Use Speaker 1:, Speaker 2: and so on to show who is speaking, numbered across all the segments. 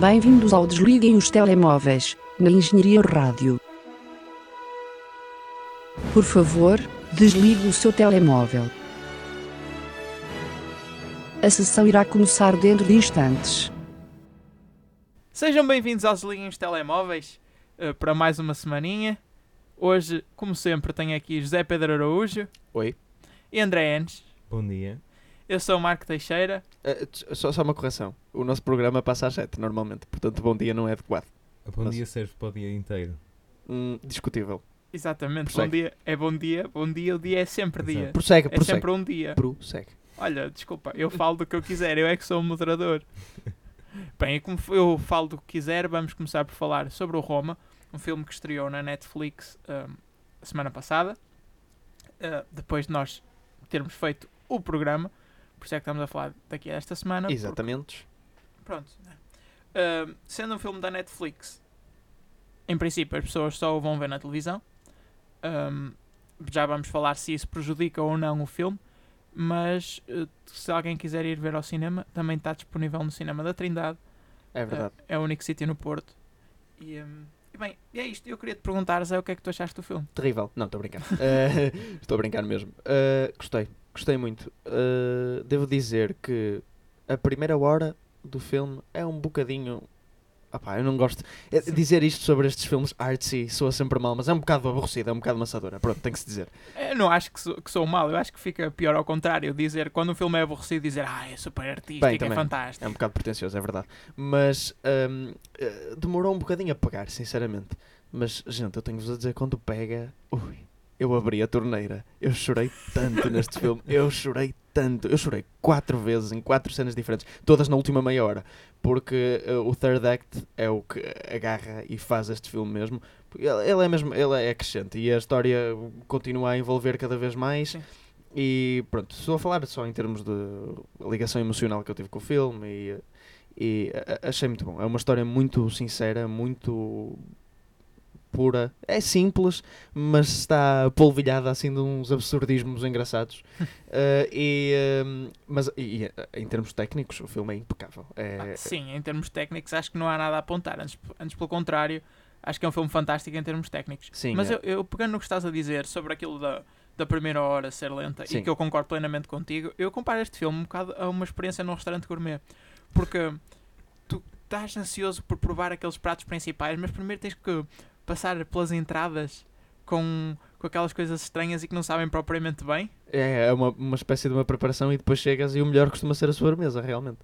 Speaker 1: Bem-vindos ao Desliguem os Telemóveis, na Engenharia Rádio. Por favor, desligue o seu telemóvel. A sessão irá começar dentro de instantes.
Speaker 2: Sejam bem-vindos aos Liguinhos Telemóveis eh, para mais uma semaninha. Hoje, como sempre, tenho aqui José Pedro Araújo.
Speaker 3: Oi.
Speaker 2: E André Enes.
Speaker 4: Bom dia.
Speaker 2: Eu sou o Marco Teixeira.
Speaker 3: Ah, t- só, só uma correção. O nosso programa passa às 7 normalmente, portanto, bom dia não é adequado.
Speaker 4: O bom
Speaker 3: Mas-
Speaker 4: dia serve para o dia inteiro.
Speaker 3: Hum, discutível.
Speaker 2: Exatamente, bom
Speaker 3: Prossegue.
Speaker 2: dia. É bom dia, bom dia, o dia é sempre dia.
Speaker 3: Prossegue,
Speaker 2: É
Speaker 3: prossegue.
Speaker 2: sempre um dia.
Speaker 3: Prossegue.
Speaker 2: Olha, desculpa, eu falo do que eu quiser, eu é que sou o moderador. Bem, e como f- eu falo do que quiser, vamos começar por falar sobre o Roma, um filme que estreou na Netflix hum, a semana passada, uh, depois de nós termos feito o programa, por isso é que estamos a falar daqui a esta semana. porque-
Speaker 3: Exatamente.
Speaker 2: pronto. né? Hum, sendo um filme da Netflix, em princípio as pessoas só o vão ver na televisão. Hum, já vamos falar se isso prejudica ou não o filme. Mas eh, se alguém quiser ir ver ao cinema, também está disponível no cinema da Trindade.
Speaker 3: É verdade.
Speaker 2: Eh, É o único sítio no Porto. E, hum, e bem, e é isto. Eu queria te perguntar, Zé, o que é que tu achaste do filme?
Speaker 3: Terrível. Não, estou a brincar. Ah, Estou a brincar mesmo. Ah, gostei. Gostei muito. Ah, devo dizer que a primeira hora do filme é um bocadinho. Ah pá, eu não gosto. é,
Speaker 2: Sim.
Speaker 3: dizer isto sobre estes filmes artsy soa sempre mal, mas é um bocado aborrecida, é um bocado maçadora. Pronto, tem que se dizer.
Speaker 2: Eu não acho que sou, que sou mal, eu acho que fica pior ao contrário. Dizer, quando um filme é aborrecido, dizer, ah, é super artístico, é
Speaker 3: também.
Speaker 2: fantástico.
Speaker 3: É um bocado pretencioso, é verdade. Mas hum, eh, demorou um bocadinho a pegar, sinceramente. Mas, gente, eu tenho-vos a dizer, quando pega, ui, eu abri a torneira. Eu chorei tanto neste filme. Eu chorei tanto. Eu chorei quatro vezes em quatro cenas diferentes, todas na última meia hora. Porque eh, o third act é o que agarra e faz este filme mesmo. Ele, ele é mesmo, ele é crescente e a história continua a envolver cada vez mais.
Speaker 2: Sim.
Speaker 3: E pronto, estou a falar só em termos de ligação emocional que eu tive com o filme e, e a- a- achei muito bom. É uma história muito sincera, muito pura. É simples, mas está polvilhada assim de uns absurdismos engraçados. Eh, e, eh, mas e- e, eh, em termos técnicos, o filme é impecável. É,
Speaker 2: Ah, Sim, em termos técnicos acho que não há nada a apontar. Antes, antes pelo contrário, acho que é um filme fantástico em termos técnicos.
Speaker 3: Sim,
Speaker 2: Mas
Speaker 3: é.
Speaker 2: eu, eu pegando no que estás a dizer sobre aquilo da, da primeira hora ser lenta e
Speaker 3: Sim.
Speaker 2: que eu concordo plenamente contigo, eu comparo este filme um bocado a uma experiência num restaurante gourmet. Porque tu estás ansioso por provar aqueles pratos principais, mas primeiro tens que passar pelas entradas com, com aquelas coisas estranhas e que não sabem propriamente bem.
Speaker 3: é, é uma, uma espécie de uma preparação e depois chegas e o melhor costuma ser a sobremesa, realmente.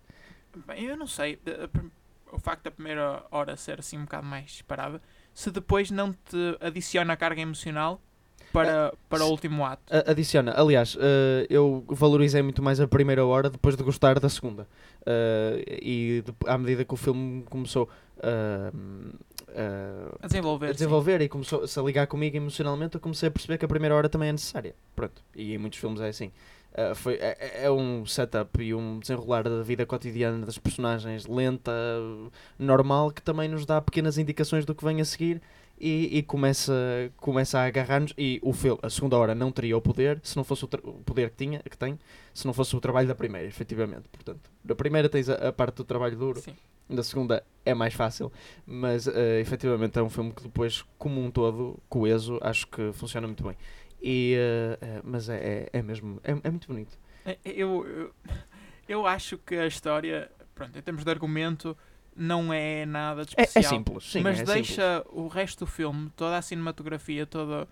Speaker 2: Bem, eu não sei. a- a prim- O facto da primeira hora ser assim um bocado mais parada, se depois não te adiciona carga emocional para, para o
Speaker 3: É, se-
Speaker 2: último ato.
Speaker 3: A- Adiciona, aliás, eh, eu valorizei muito mais a primeira hora depois de gostar da segunda. Eh, e de- à medida que o filme começou ah, ah,
Speaker 2: A desenvolver.
Speaker 3: a
Speaker 2: sim.
Speaker 3: desenvolver e começou a ligar comigo emocionalmente, eu comecei a perceber que a primeira hora também é necessária. Pronto, e em muitos filmes é assim. Ah, foi, é, é- é um setup e um desenrolar da vida cotidiana das personagens lenta, normal, que também nos dá pequenas indicações do que vem a seguir e, e começa, começa a agarrar-nos. E o filme, a segunda hora, não teria o poder se não fosse o, tra- o poder que, tinha, que tem, se não fosse o trabalho da primeira, efetivamente. Portanto, da primeira tens a- a parte do trabalho duro,
Speaker 2: Sim.
Speaker 3: da segunda é mais fácil, mas eh, efetivamente é um filme que depois, como um todo, coeso, acho que funciona muito bem. E, eh, eh, mas é, é, é mesmo, é, é muito bonito.
Speaker 2: É, Eu, eu, eu acho que a história, pronto, em termos de argumento, não é nada de
Speaker 3: É,
Speaker 2: especial.
Speaker 3: simples, sim,
Speaker 2: mas
Speaker 3: é
Speaker 2: deixa o resto do filme, toda a cinematografia, toda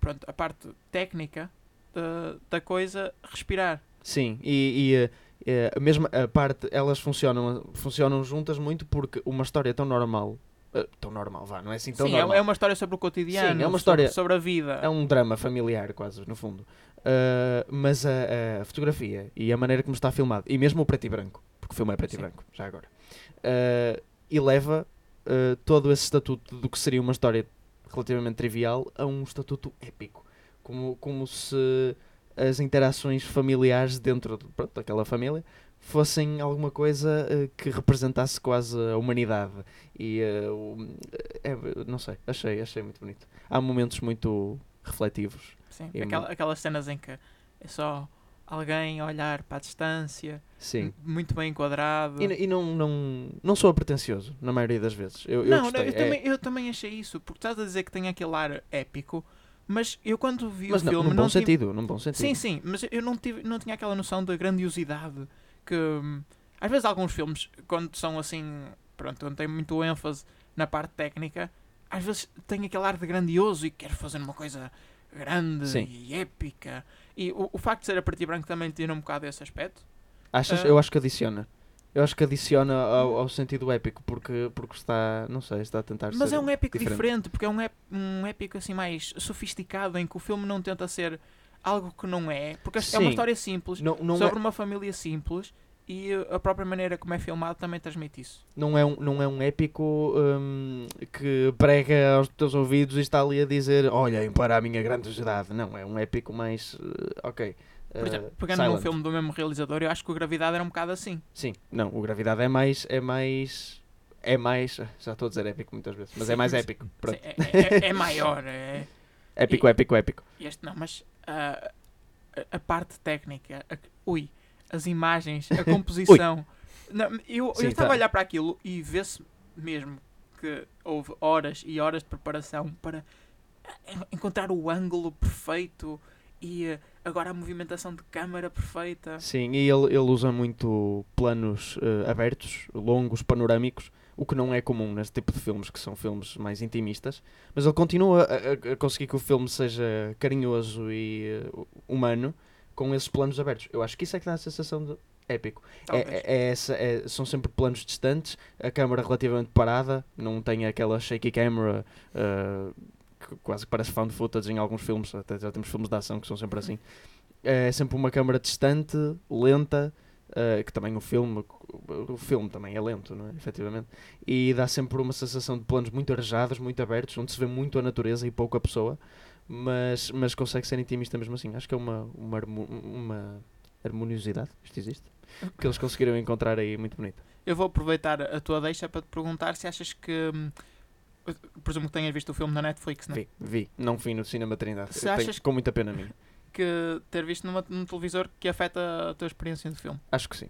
Speaker 2: pronto, a parte técnica da, da coisa respirar.
Speaker 3: Sim, e, e, eh, eh, a mesma a parte, elas funcionam, funcionam juntas muito porque uma história é tão normal, eh, tão normal, vá, não é assim tão
Speaker 2: Sim, é,
Speaker 3: normal.
Speaker 2: é uma história sobre o cotidiano,
Speaker 3: Sim, é uma
Speaker 2: sobre-
Speaker 3: história-
Speaker 2: sobre, a vida.
Speaker 3: É um drama familiar, quase, no fundo. Ah, mas a, a fotografia e a maneira como está filmado, e mesmo o preto e branco, porque o filme é preto
Speaker 2: Sim.
Speaker 3: e branco, já agora, ah, eleva ah, todo esse estatuto do que seria uma história relativamente trivial a um estatuto épico. Como, como se as interações familiares dentro de- pronto, daquela família fossem alguma coisa ah, que representasse quase a humanidade. E ah, o- é, não sei, achei, achei muito bonito há momentos muito refletivos.
Speaker 2: Sim,
Speaker 3: É
Speaker 2: aquela-
Speaker 3: muito-
Speaker 2: aquelas cenas em que é só alguém a olhar para a distância,
Speaker 3: Sim.
Speaker 2: muito bem enquadrado.
Speaker 3: E, n- e não, não, não sou pretencioso, na maioria das vezes. Eu, eu
Speaker 2: não, não,
Speaker 3: gostei.
Speaker 2: eu,
Speaker 3: É-
Speaker 2: também, eu também achei isso, porque estás a dizer que tem aquele ar épico, mas eu quando vi
Speaker 3: Mas
Speaker 2: o
Speaker 3: não,
Speaker 2: filme
Speaker 3: num bom
Speaker 2: não tive-
Speaker 3: sentido, num bom sentido.
Speaker 2: Sim, sim, mas eu não, tive, não tinha aquela noção da grandiosidade que hum, às vezes alguns filmes, quando são assim, pronto, não têm muito ênfase na parte técnica, às vezes tem aquele ar de grandioso e quer fazer uma coisa grande
Speaker 3: Sim.
Speaker 2: e épica. E o, o facto de ser a preto e branco também lhe tira um bocado esse aspecto.
Speaker 3: Achas?
Speaker 2: Ah.
Speaker 3: Eu acho que adiciona. Eu acho que adiciona ao, ao sentido épico, porque, porque está, não sei, está a tentar
Speaker 2: Mas
Speaker 3: ser
Speaker 2: é um épico
Speaker 3: diferente.
Speaker 2: diferente, porque é um, ép- um épico assim mais sofisticado em que o filme não tenta ser algo que não é, porque é
Speaker 3: Sim.
Speaker 2: uma história simples
Speaker 3: Não, não,
Speaker 2: sobre
Speaker 3: é,
Speaker 2: uma família simples e uh, a própria maneira como é filmado também transmite isso.
Speaker 3: não, é um, não é um épico hum, que prega aos teus ouvidos e está ali a dizer olhem para a minha grandiosidade. Não, é um épico mais. eh, ok.
Speaker 2: Por
Speaker 3: eh,
Speaker 2: exemplo, pegando num
Speaker 3: silent.
Speaker 2: filme do mesmo realizador, eu acho que o Gravidade era um bocado assim.
Speaker 3: Sim, não, o Gravidade é mais. É mais. É mais. Já estou a dizer épico muitas vezes, mas é
Speaker 2: Sim,
Speaker 3: mais
Speaker 2: sim.
Speaker 3: épico. Pronto.
Speaker 2: Sim, é, é- é maior. É,
Speaker 3: Épico, épico, épico.
Speaker 2: este não, mas ah, a, a parte técnica, a- ui, as imagens, a composição. Não, eu,
Speaker 3: Sim,
Speaker 2: eu estava
Speaker 3: tá.
Speaker 2: a olhar para aquilo e vê-se mesmo que houve horas e horas de preparação para ah, en- encontrar o ângulo perfeito e ah, agora a movimentação de câmara perfeita.
Speaker 3: Sim, e ele, ele usa muito planos eh, abertos, longos, panorâmicos, o que não é comum nesse tipo de filmes, que são filmes mais intimistas. Mas ele continua a, a- a conseguir que o filme seja carinhoso e eh, humano com esses planos abertos. Eu acho que isso é que dá a sensação de épico. É-
Speaker 2: Talvez.
Speaker 3: é- é essa- é- são sempre planos distantes, a câmera relativamente parada, não tem aquela shaky camera. eh, que quase que parece found footage em alguns filmes, até já temos filmes de ação que são sempre assim. É sempre uma câmara distante, lenta, eh, que também o filme, o filme também é lento, não é? Efetivamente. E dá sempre uma sensação de planos muito arejados, muito abertos, onde se vê muito a natureza e pouco a pessoa, mas, mas consegue ser intimista mesmo assim. Acho que é uma, uma, harmo- uma harmoniosidade, isto existe, que eles conseguiram encontrar aí muito bonita.
Speaker 2: Eu vou aproveitar a tua deixa para te perguntar se achas que. hum, Presumo que tenhas visto o filme na Netflix, não é?
Speaker 3: Vi, vi, não vi no Cinema Trindade.
Speaker 2: Se
Speaker 3: Tenho-
Speaker 2: achas que-
Speaker 3: Com muita pena minha.
Speaker 2: Que ter visto numa- num televisor que afeta a tua experiência do filme.
Speaker 3: Acho que sim.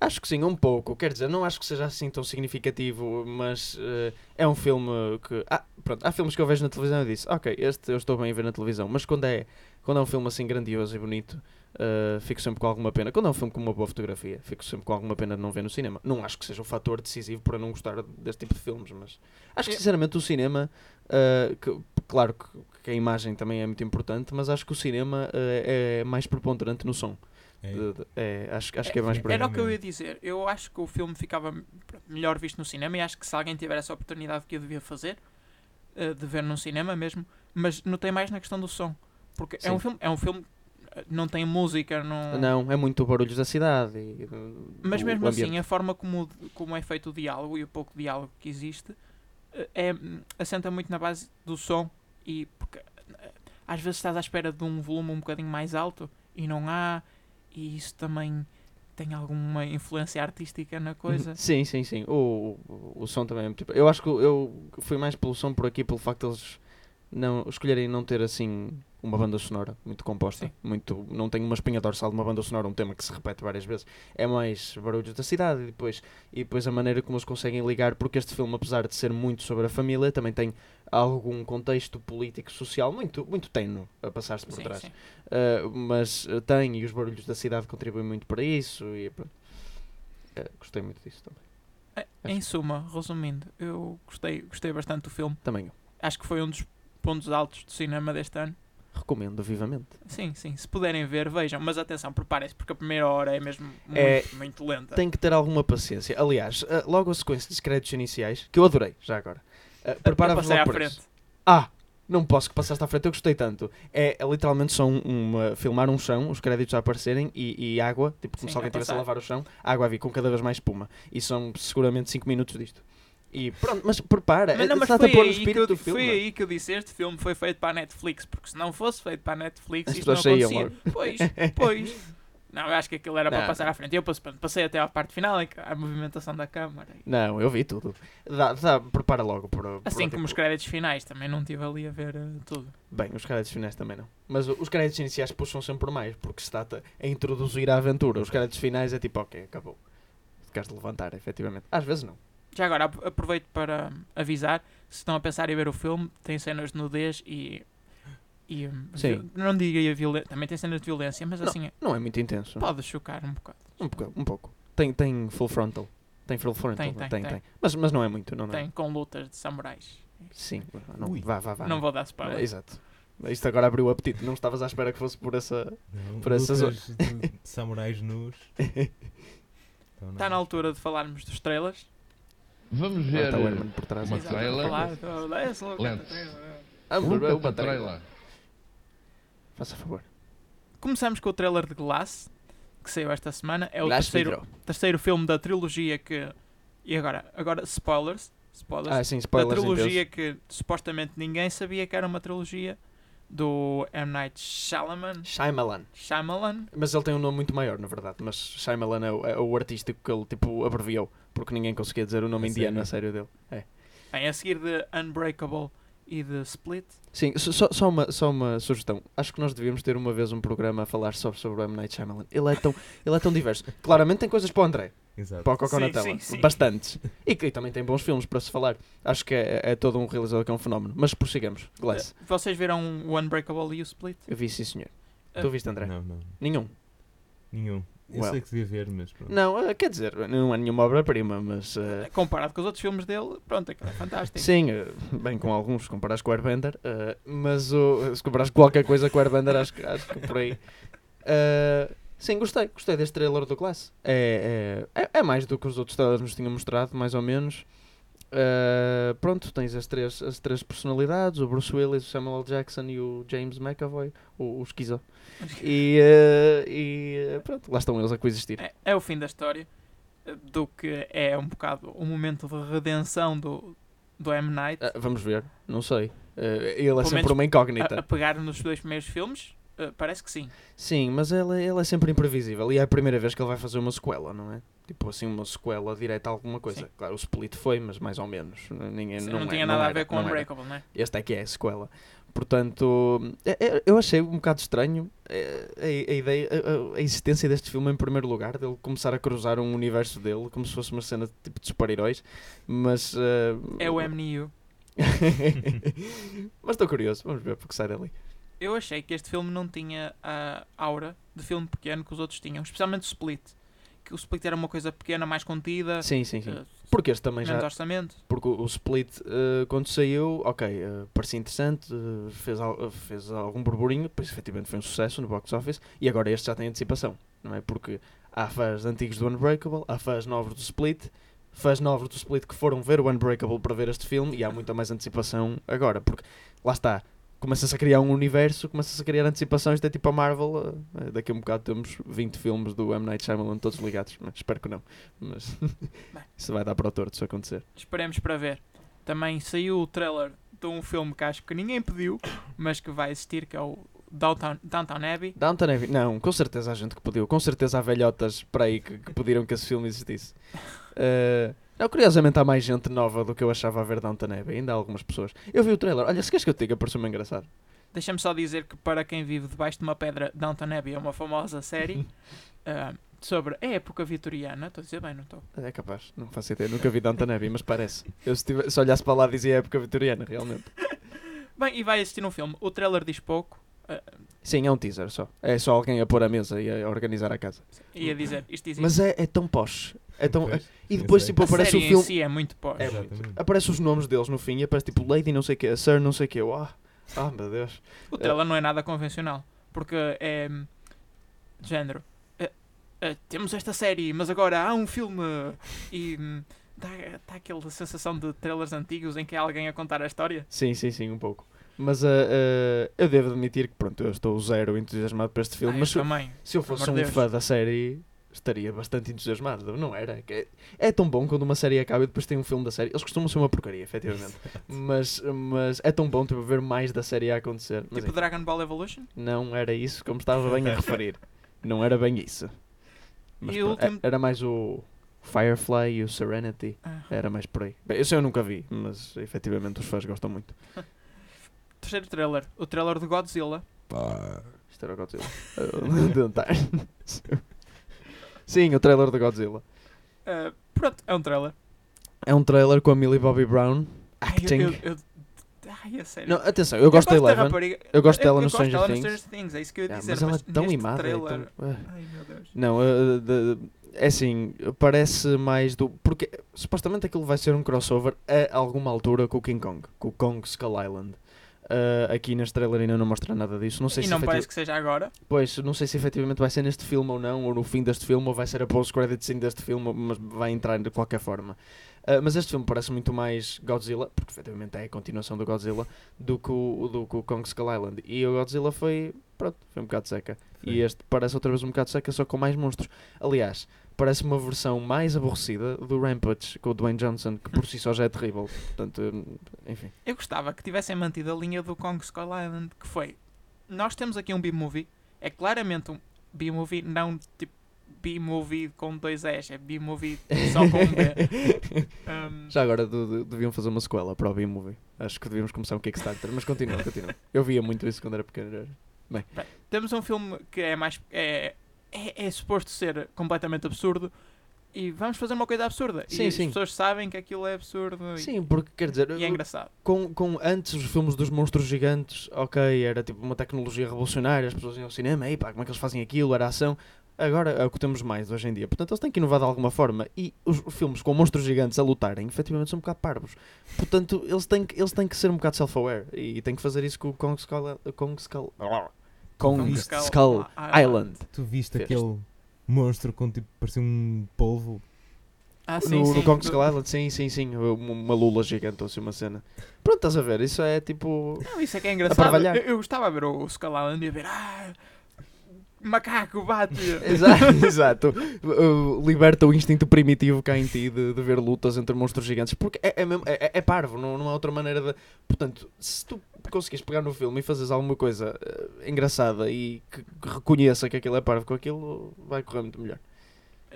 Speaker 3: Acho que sim, um pouco. Quer dizer, não acho que seja assim tão significativo, mas eh, é um filme que. Ah, pronto, há filmes que eu vejo na televisão e disse, ok, este eu estou bem a ver na televisão, mas quando é, quando é um filme assim grandioso e bonito, eh, fico sempre com alguma pena. Quando é um filme com uma boa fotografia, fico sempre com alguma pena de não ver no cinema. Não acho que seja um fator decisivo para não gostar deste tipo de filmes, mas acho que
Speaker 2: É.
Speaker 3: sinceramente o cinema. eh, que- claro que, que a imagem também é muito importante, mas acho que o cinema eh, é mais preponderante no som.
Speaker 4: É.
Speaker 3: De- de- é, acho, acho que é mais por aí.
Speaker 2: Era o que eu
Speaker 4: mesmo.
Speaker 2: ia dizer. Eu acho que o filme ficava pronto, melhor visto no cinema e acho que se alguém tiver essa oportunidade que eu devia fazer, eh, de ver num cinema mesmo, mas notei mais na questão do som. Porque é
Speaker 3: Sim.
Speaker 2: um filme. É um filme eh, não tem música, não.
Speaker 3: Não, é muito barulhos da cidade. e do-
Speaker 2: Ah. Mas
Speaker 3: do
Speaker 2: mesmo
Speaker 3: ambiente.
Speaker 2: assim, a forma como, como é feito o diálogo e o pouco diálogo que existe eh, é, assenta muito na base do som e porque eh, às vezes estás à espera de um volume um bocadinho mais alto e não há e isso também tem alguma influência artística na é coisa.
Speaker 3: Uhum. Sim, sim, sim. O, o, o som também é muito. Eu acho que eu fui mais pelo som por aqui, pelo facto de eles não, escolherem não ter assim uma banda sonora muito composta.
Speaker 2: Sim.
Speaker 3: Muito, não tem uma espinha dorsal de uma banda sonora, um tema que se repete várias vezes. É mais barulhos da cidade e depois, e depois a maneira como eles conseguem ligar, porque este filme, apesar de ser muito sobre a família, também tem algum contexto político social muito, muito tenue a passar-se por
Speaker 2: Sim,
Speaker 3: trás.
Speaker 2: sim.
Speaker 3: Uh, mas uh, tem e os barulhos da cidade contribuem muito para isso e pronto. Uh, gostei muito disso também.
Speaker 2: Eh,
Speaker 3: Acho
Speaker 2: Em suma, resumindo, eu gostei, gostei bastante do filme.
Speaker 3: Também eu
Speaker 2: Acho que foi um dos pontos altos do cinema deste ano.
Speaker 3: recomendo vivamente.
Speaker 2: Sim, sim, se puderem ver, vejam, mas atenção, preparem-se porque a primeira hora é mesmo muito,
Speaker 3: É-
Speaker 2: muito lenta.
Speaker 3: Tem que ter alguma paciência. Aliás, uh, logo a sequência de créditos iniciais, que eu adorei, já agora. Uh, Prepara-vos
Speaker 2: Eu passei
Speaker 3: logo
Speaker 2: à
Speaker 3: por
Speaker 2: frente.
Speaker 3: isso. Ah! Não posso que passaste à frente, eu gostei tanto. É, é literalmente só um, uma- filmar um chão, os créditos a aparecerem e, e água, tipo como
Speaker 2: Sim,
Speaker 3: se alguém
Speaker 2: a
Speaker 3: estivesse a
Speaker 2: passar.
Speaker 3: lavar o chão, a água a vir com cada vez mais espuma. E são seguramente 5 minutos disto. E pronto, mas prepara,
Speaker 2: Mas, não, mas
Speaker 3: está-te
Speaker 2: foi,
Speaker 3: a pôr no
Speaker 2: aí que
Speaker 3: espírito
Speaker 2: eu,
Speaker 3: do
Speaker 2: foi
Speaker 3: filme. é?
Speaker 2: aí que eu disse este filme foi feito para a Netflix, porque se não fosse feito para a Netflix
Speaker 3: As
Speaker 2: isto não
Speaker 3: pessoas saíam
Speaker 2: acontecia. Pois, pois. Não, eu acho que aquilo era para
Speaker 3: Não,
Speaker 2: passar
Speaker 3: não.
Speaker 2: à frente. Eu passe- passei até à parte final, em que há a movimentação da câmara.
Speaker 3: Não, eu vi tudo. Dá, dá, prepara logo para. tipo,
Speaker 2: Assim como os créditos finais, também não estive ali a ver eh, tudo.
Speaker 3: Bem, os créditos finais também não. Mas o- os créditos iniciais puxam sempre por mais, porque se trata a introduzir a aventura. Os créditos finais é tipo, ok, acabou. Ficaste de levantar, efetivamente. Às vezes não.
Speaker 2: Já agora, ap- aproveito para hum, avisar, se estão a pensar em ver o filme, tem cenas de nudez e... e hum,
Speaker 3: Sim.
Speaker 2: vi- Não diria violência, também tem cenas de violência, mas assim,
Speaker 3: Não é muito intenso.
Speaker 2: pode chocar um bocado.
Speaker 3: Um pouco. Um pouco. Tem, tem full frontal. Tem full frontal.
Speaker 2: Tem,
Speaker 3: não?
Speaker 2: tem,
Speaker 3: tem.
Speaker 2: tem.
Speaker 3: Mas, mas não é muito, não, não é?
Speaker 2: Tem com lutas de samurais.
Speaker 3: Sim. Não,
Speaker 4: Ui.
Speaker 3: vá, vá, vá.
Speaker 2: não vou dar
Speaker 3: Não,
Speaker 2: spoiler.
Speaker 3: Exato. Isto agora abriu o apetite. Não estavas à espera que fosse por essa.
Speaker 4: Não,
Speaker 3: Por essas
Speaker 4: lutas de- de samurais nus. Então,
Speaker 2: Está Tá na altura de falarmos dos trailers.
Speaker 5: Vamos
Speaker 3: Agora
Speaker 5: ver.
Speaker 3: está o Herman por trás. Ah,
Speaker 5: Uma
Speaker 2: Exato,
Speaker 5: trailer?
Speaker 2: falar É, do- Lance, Lucas,
Speaker 5: Lance.
Speaker 2: trailer.
Speaker 3: Vamos ver
Speaker 5: Puta
Speaker 3: uma trailer.
Speaker 5: eh, um trailer.
Speaker 3: Faça favor.
Speaker 2: Começamos com o trailer de Glass, que saiu esta semana. É o
Speaker 3: Glass
Speaker 2: terceiro,
Speaker 3: Hydro.
Speaker 2: terceiro filme da trilogia que. E agora? Agora, spoilers. Spoilers.
Speaker 3: Ah, sim,
Speaker 2: da
Speaker 3: spoilers
Speaker 2: trilogia
Speaker 3: intrusos.
Speaker 2: que supostamente ninguém sabia que era uma trilogia do M. Night Shyamalan.
Speaker 3: Shyamalan.
Speaker 2: Shyamalan.
Speaker 3: Mas ele tem um nome muito maior, na verdade. Mas Shyamalan é o, é o artístico que ele tipo abreviou. Porque ninguém conseguia dizer o nome
Speaker 4: A
Speaker 3: indiano
Speaker 4: sério?
Speaker 3: a sério dele. É.
Speaker 2: Bem, a seguir de Unbreakable e de Split.
Speaker 3: Sim, so- só, só, uma, só uma sugestão. Acho que nós devíamos ter uma vez um programa a falar só sobre o M. Night Shyamalan. Ele é tão, ele é tão diverso. Claramente tem coisas para o André.
Speaker 4: Exato.
Speaker 3: para o Cocó
Speaker 2: Sim,
Speaker 3: na tela.
Speaker 2: sim, sim.
Speaker 3: Bastantes. E que também tem bons filmes para se falar. Acho que é, é todo um realizador que é um fenómeno. Mas prossigamos. Glass.
Speaker 2: Eh, Vocês viram o Unbreakable e o Split?
Speaker 3: Eu vi, sim, senhor.
Speaker 2: Ah.
Speaker 3: Tu viste, André?
Speaker 4: Não, não.
Speaker 3: Nenhum.
Speaker 4: Nenhum. Eu
Speaker 3: Well.
Speaker 4: sei que devia ver, mas pronto.
Speaker 3: Não, ah, quer dizer, não é nenhuma obra-prima, mas. ah,
Speaker 2: Comparado com os outros filmes dele, pronto, aquilo é fantástico.
Speaker 3: Sim, ah, bem com alguns, se comparares com o Airbender, ah, mas o- se comparares qualquer coisa com o Airbender, acho, que- acho que por aí. Ah, sim, gostei, gostei deste trailer do Glass. É, é, é- é mais do que os outros trailers nos tinham mostrado, mais ou menos. Ah, pronto, tens as três, as três personalidades: o Bruce Willis, o Samuel L. Jackson e o James McAvoy, o, o esquizo. E, ah, e, ah, pronto, lá estão eles a coexistir.
Speaker 2: É, é o fim da história eh, do que é um bocado o momento de redenção do, do M. Night.
Speaker 3: Ah, vamos ver, não sei. Eh, ele é
Speaker 2: Pelo menos
Speaker 3: sempre uma
Speaker 2: a, a
Speaker 3: incógnita.
Speaker 2: pegar nos dois primeiros filmes? Eh, parece que sim.
Speaker 3: Sim, mas ele, ele é sempre imprevisível e é a primeira vez que ele vai fazer uma sequela, não é? Tipo assim, uma sequela direta a alguma coisa.
Speaker 2: Sim.
Speaker 3: Claro, o Split foi, mas mais ou menos. Ninguém,
Speaker 2: Sim,
Speaker 3: não,
Speaker 2: não,
Speaker 3: é-
Speaker 2: tinha
Speaker 3: não
Speaker 2: nada a
Speaker 3: era,
Speaker 2: ver com
Speaker 3: não era.
Speaker 2: Unbreakable, não é?
Speaker 3: Esta é que é a sequela. Portanto, é- é- eu achei um bocado estranho eh, a, a ideia, a, a- a existência deste filme em primeiro lugar, dele começar a cruzar um universo dele, como se fosse uma cena tipo de super-heróis, mas... eh,
Speaker 2: É o MNU.
Speaker 3: mas estou curioso, vamos ver porque sai dali.
Speaker 2: Eu achei que este filme não tinha a aura de filme pequeno que os outros tinham, especialmente o Split. Que o Split era uma coisa pequena, mais contida,
Speaker 3: Sim, sim, sim.
Speaker 2: eh,
Speaker 3: Porque este também
Speaker 2: menos
Speaker 3: já.
Speaker 2: orçamento.
Speaker 3: Porque o o Split, eh, quando saiu, ok, eh, parecia interessante, eh, fez, al- eh, fez algum burburinho, depois efetivamente foi um sucesso no box office, e agora este já tem antecipação, não é? Porque há fãs antigos do Unbreakable, há fãs novos do Split, fãs novos do Split que foram ver o Unbreakable para ver este filme, e há muita mais antecipação agora, porque lá está, começa-se a criar um universo, começa-se a criar antecipação, isto é tipo a Marvel, eh, daqui a um bocado temos 20 filmes do M. Night Shyamalan todos ligados, mas espero que não, mas isso vai dar para o torto se acontecer.
Speaker 2: Esperemos para ver. Também saiu o trailer de um filme que acho que ninguém pediu, mas que vai existir, que é o Downtown, Downtown Abbey.
Speaker 3: Downton Abbey, não, com certeza há gente que pediu, com certeza há velhotas para aí que, que pediram que esse filme existisse. Uh, não, curiosamente há mais gente nova do que eu achava a ver Downton Abbey, ainda há algumas pessoas. Eu vi o trailer, olha, se queres que eu te diga, pareceu-me engraçado.
Speaker 2: Deixa-me só dizer que para quem vive debaixo de uma pedra, Downton Abbey é uma famosa série ah, sobre a época vitoriana. Estou a dizer bem, não estou?
Speaker 3: É capaz, não faço ideia, nunca vi Downton Abbey, mas parece. Eu se, tive- se olhasse para lá dizia época vitoriana, realmente.
Speaker 2: Bem, e vai existir um filme. O trailer diz pouco. ah,
Speaker 3: Sim, é um teaser só, é só alguém a pôr a mesa e a organizar a casa.
Speaker 2: e a dizer, isto existe.
Speaker 3: Mas é, é tão posh, é tão...
Speaker 4: Pois,
Speaker 3: E
Speaker 4: eu
Speaker 3: depois
Speaker 4: sei.
Speaker 3: tipo
Speaker 2: a
Speaker 3: aparece o
Speaker 2: série
Speaker 3: filme...
Speaker 2: em si é muito pós.
Speaker 3: É
Speaker 4: Exatamente.
Speaker 3: muito. Aparece os nomes deles no fim e aparece tipo Lady não sei o que, Sir não sei o que, oh, oh meu Deus.
Speaker 2: O trailer não é nada convencional. Porque é. hum, de género. eh, eh, temos esta série, mas agora há um filme. E. hum, dá, dá aquela sensação de trailers antigos em que há alguém a contar a história.
Speaker 3: Sim, sim, sim, um pouco. Mas ah, ah, eu devo admitir que, pronto, eu estou zero entusiasmado para este filme.
Speaker 2: Ah, eu
Speaker 3: mas se,
Speaker 2: também.
Speaker 3: se eu fosse
Speaker 2: amor
Speaker 3: um
Speaker 2: de Deus.
Speaker 3: fã da série, estaria bastante entusiasmado, não era? Que É, é tão bom quando uma série acaba e depois tem um filme da série. Eles costumam ser uma porcaria, efetivamente. mas, mas é tão bom tipo, ver mais da série a acontecer. Mas, é.
Speaker 2: Tipo Dragon Ball Evolution?
Speaker 3: enfim, não era isso como estava bem a referir. Não era bem isso. Mas
Speaker 2: E
Speaker 3: pronto, é,
Speaker 2: o último-
Speaker 3: era mais o Firefly e o Serenity.
Speaker 2: Ah.
Speaker 3: Era mais por aí. Bem, isso eu nunca vi, mas efetivamente os fãs gostam muito.
Speaker 2: Terceiro trailer. O trailer de Godzilla.
Speaker 4: Pá.
Speaker 3: Isto era o Godzilla. Ah, Tentar. Sim, o trailer do Godzilla.
Speaker 2: Ah, pronto, é um trailer.
Speaker 3: É um trailer com a Millie Bobby Brown
Speaker 2: Ai,
Speaker 3: acting.
Speaker 2: eu, eu, eu, ai, a sério.
Speaker 3: Não, atenção, eu gosto da Eleven.
Speaker 2: rapariga.
Speaker 3: Eu gosto dela
Speaker 2: eu
Speaker 3: no
Speaker 2: gosto
Speaker 3: Stranger
Speaker 2: dela no
Speaker 3: Things.
Speaker 2: Things, É isso que eu ia
Speaker 3: Ah,
Speaker 2: dizer.
Speaker 3: mas ela é tão
Speaker 2: neste
Speaker 3: imada. é tão-
Speaker 2: Trailer...
Speaker 3: ah.
Speaker 2: Ai, meu Deus.
Speaker 3: Não, uh, de- é assim, parece mais do. Porque supostamente aquilo vai ser um crossover a alguma altura com o King Kong, com o Kong Skull Island. Uh, aqui neste trailer ainda não mostra nada disso. Não sei,
Speaker 2: e
Speaker 3: se
Speaker 2: não
Speaker 3: tipo efetiv-
Speaker 2: parece que seja agora.
Speaker 3: pois, não sei se efetivamente vai ser neste filme ou não, ou no fim deste filme, ou vai ser a post-credit scene deste filme, mas vai entrar de qualquer forma. Uh, mas este filme parece muito mais Godzilla, porque efetivamente é a continuação do Godzilla, do que o, do que o Kong Skull Island. E o Godzilla foi. Pronto, foi um bocado seca. E este parece outra vez um bocado seca, só com mais monstros. Aliás, parece uma versão mais aborrecida do Rampage com o Dwayne Johnson, que por si só já é terrível. Portanto, hum, enfim.
Speaker 2: Eu gostava que tivessem mantido a linha do Kong Skull Island, que foi... Nós temos aqui um B-movie. É claramente um B-movie, não tipo B-movie com dois S. É B-movie só com um B. Um,
Speaker 3: Já agora de- de- deviam fazer uma sequela para o B-Movie. Acho que devíamos começar um Kickstarter, mas continua, continua. Eu via muito isso quando era pequeno.
Speaker 2: temos um filme que é mais... É, é, é suposto ser completamente absurdo. E vamos fazer uma coisa absurda.
Speaker 3: Sim,
Speaker 2: e
Speaker 3: sim.
Speaker 2: as pessoas sabem que aquilo é absurdo. e-
Speaker 3: Sim, porque quer dizer,
Speaker 2: E é engraçado.
Speaker 3: com, com antes os filmes dos monstros gigantes, ok, era tipo uma tecnologia revolucionária, as pessoas iam ao cinema, ei pá, como é que eles fazem aquilo, era ação. Agora é o que temos mais hoje em dia. Portanto, eles têm que inovar de alguma forma. E os filmes com monstros gigantes a lutarem, efetivamente, são um bocado parvos. Portanto, eles têm que, eles têm que ser um bocado self-aware. E têm que fazer isso com o Kong Skull... Kong Skull... Kong
Speaker 2: Kong Ah,
Speaker 3: Skull, Island.
Speaker 4: Tu viste
Speaker 3: Fez.
Speaker 4: aquele monstro com tipo, parecia um polvo?
Speaker 2: Ah,
Speaker 3: no, no Kong Skull Island, sim, sim, sim. Uma lula gigante, ou assim, uma cena. Pronto, estás a ver, isso é tipo...
Speaker 2: Não, isso é que é
Speaker 3: A
Speaker 2: engraçado.
Speaker 3: parvalhar.
Speaker 2: Eu, eu gostava de ver o, o Skull Island e a ver. Ah, macaco, bate!
Speaker 3: Exato, exato. Uh, liberta o instinto primitivo cá em ti de, de ver lutas entre monstros gigantes. Porque é, é, mesmo- é- é parvo, não, não há outra maneira de. Portanto, se tu conseguires pegar no filme e fazeres alguma coisa uh, engraçada e que que reconheça que aquilo é parvo com aquilo, vai correr muito melhor.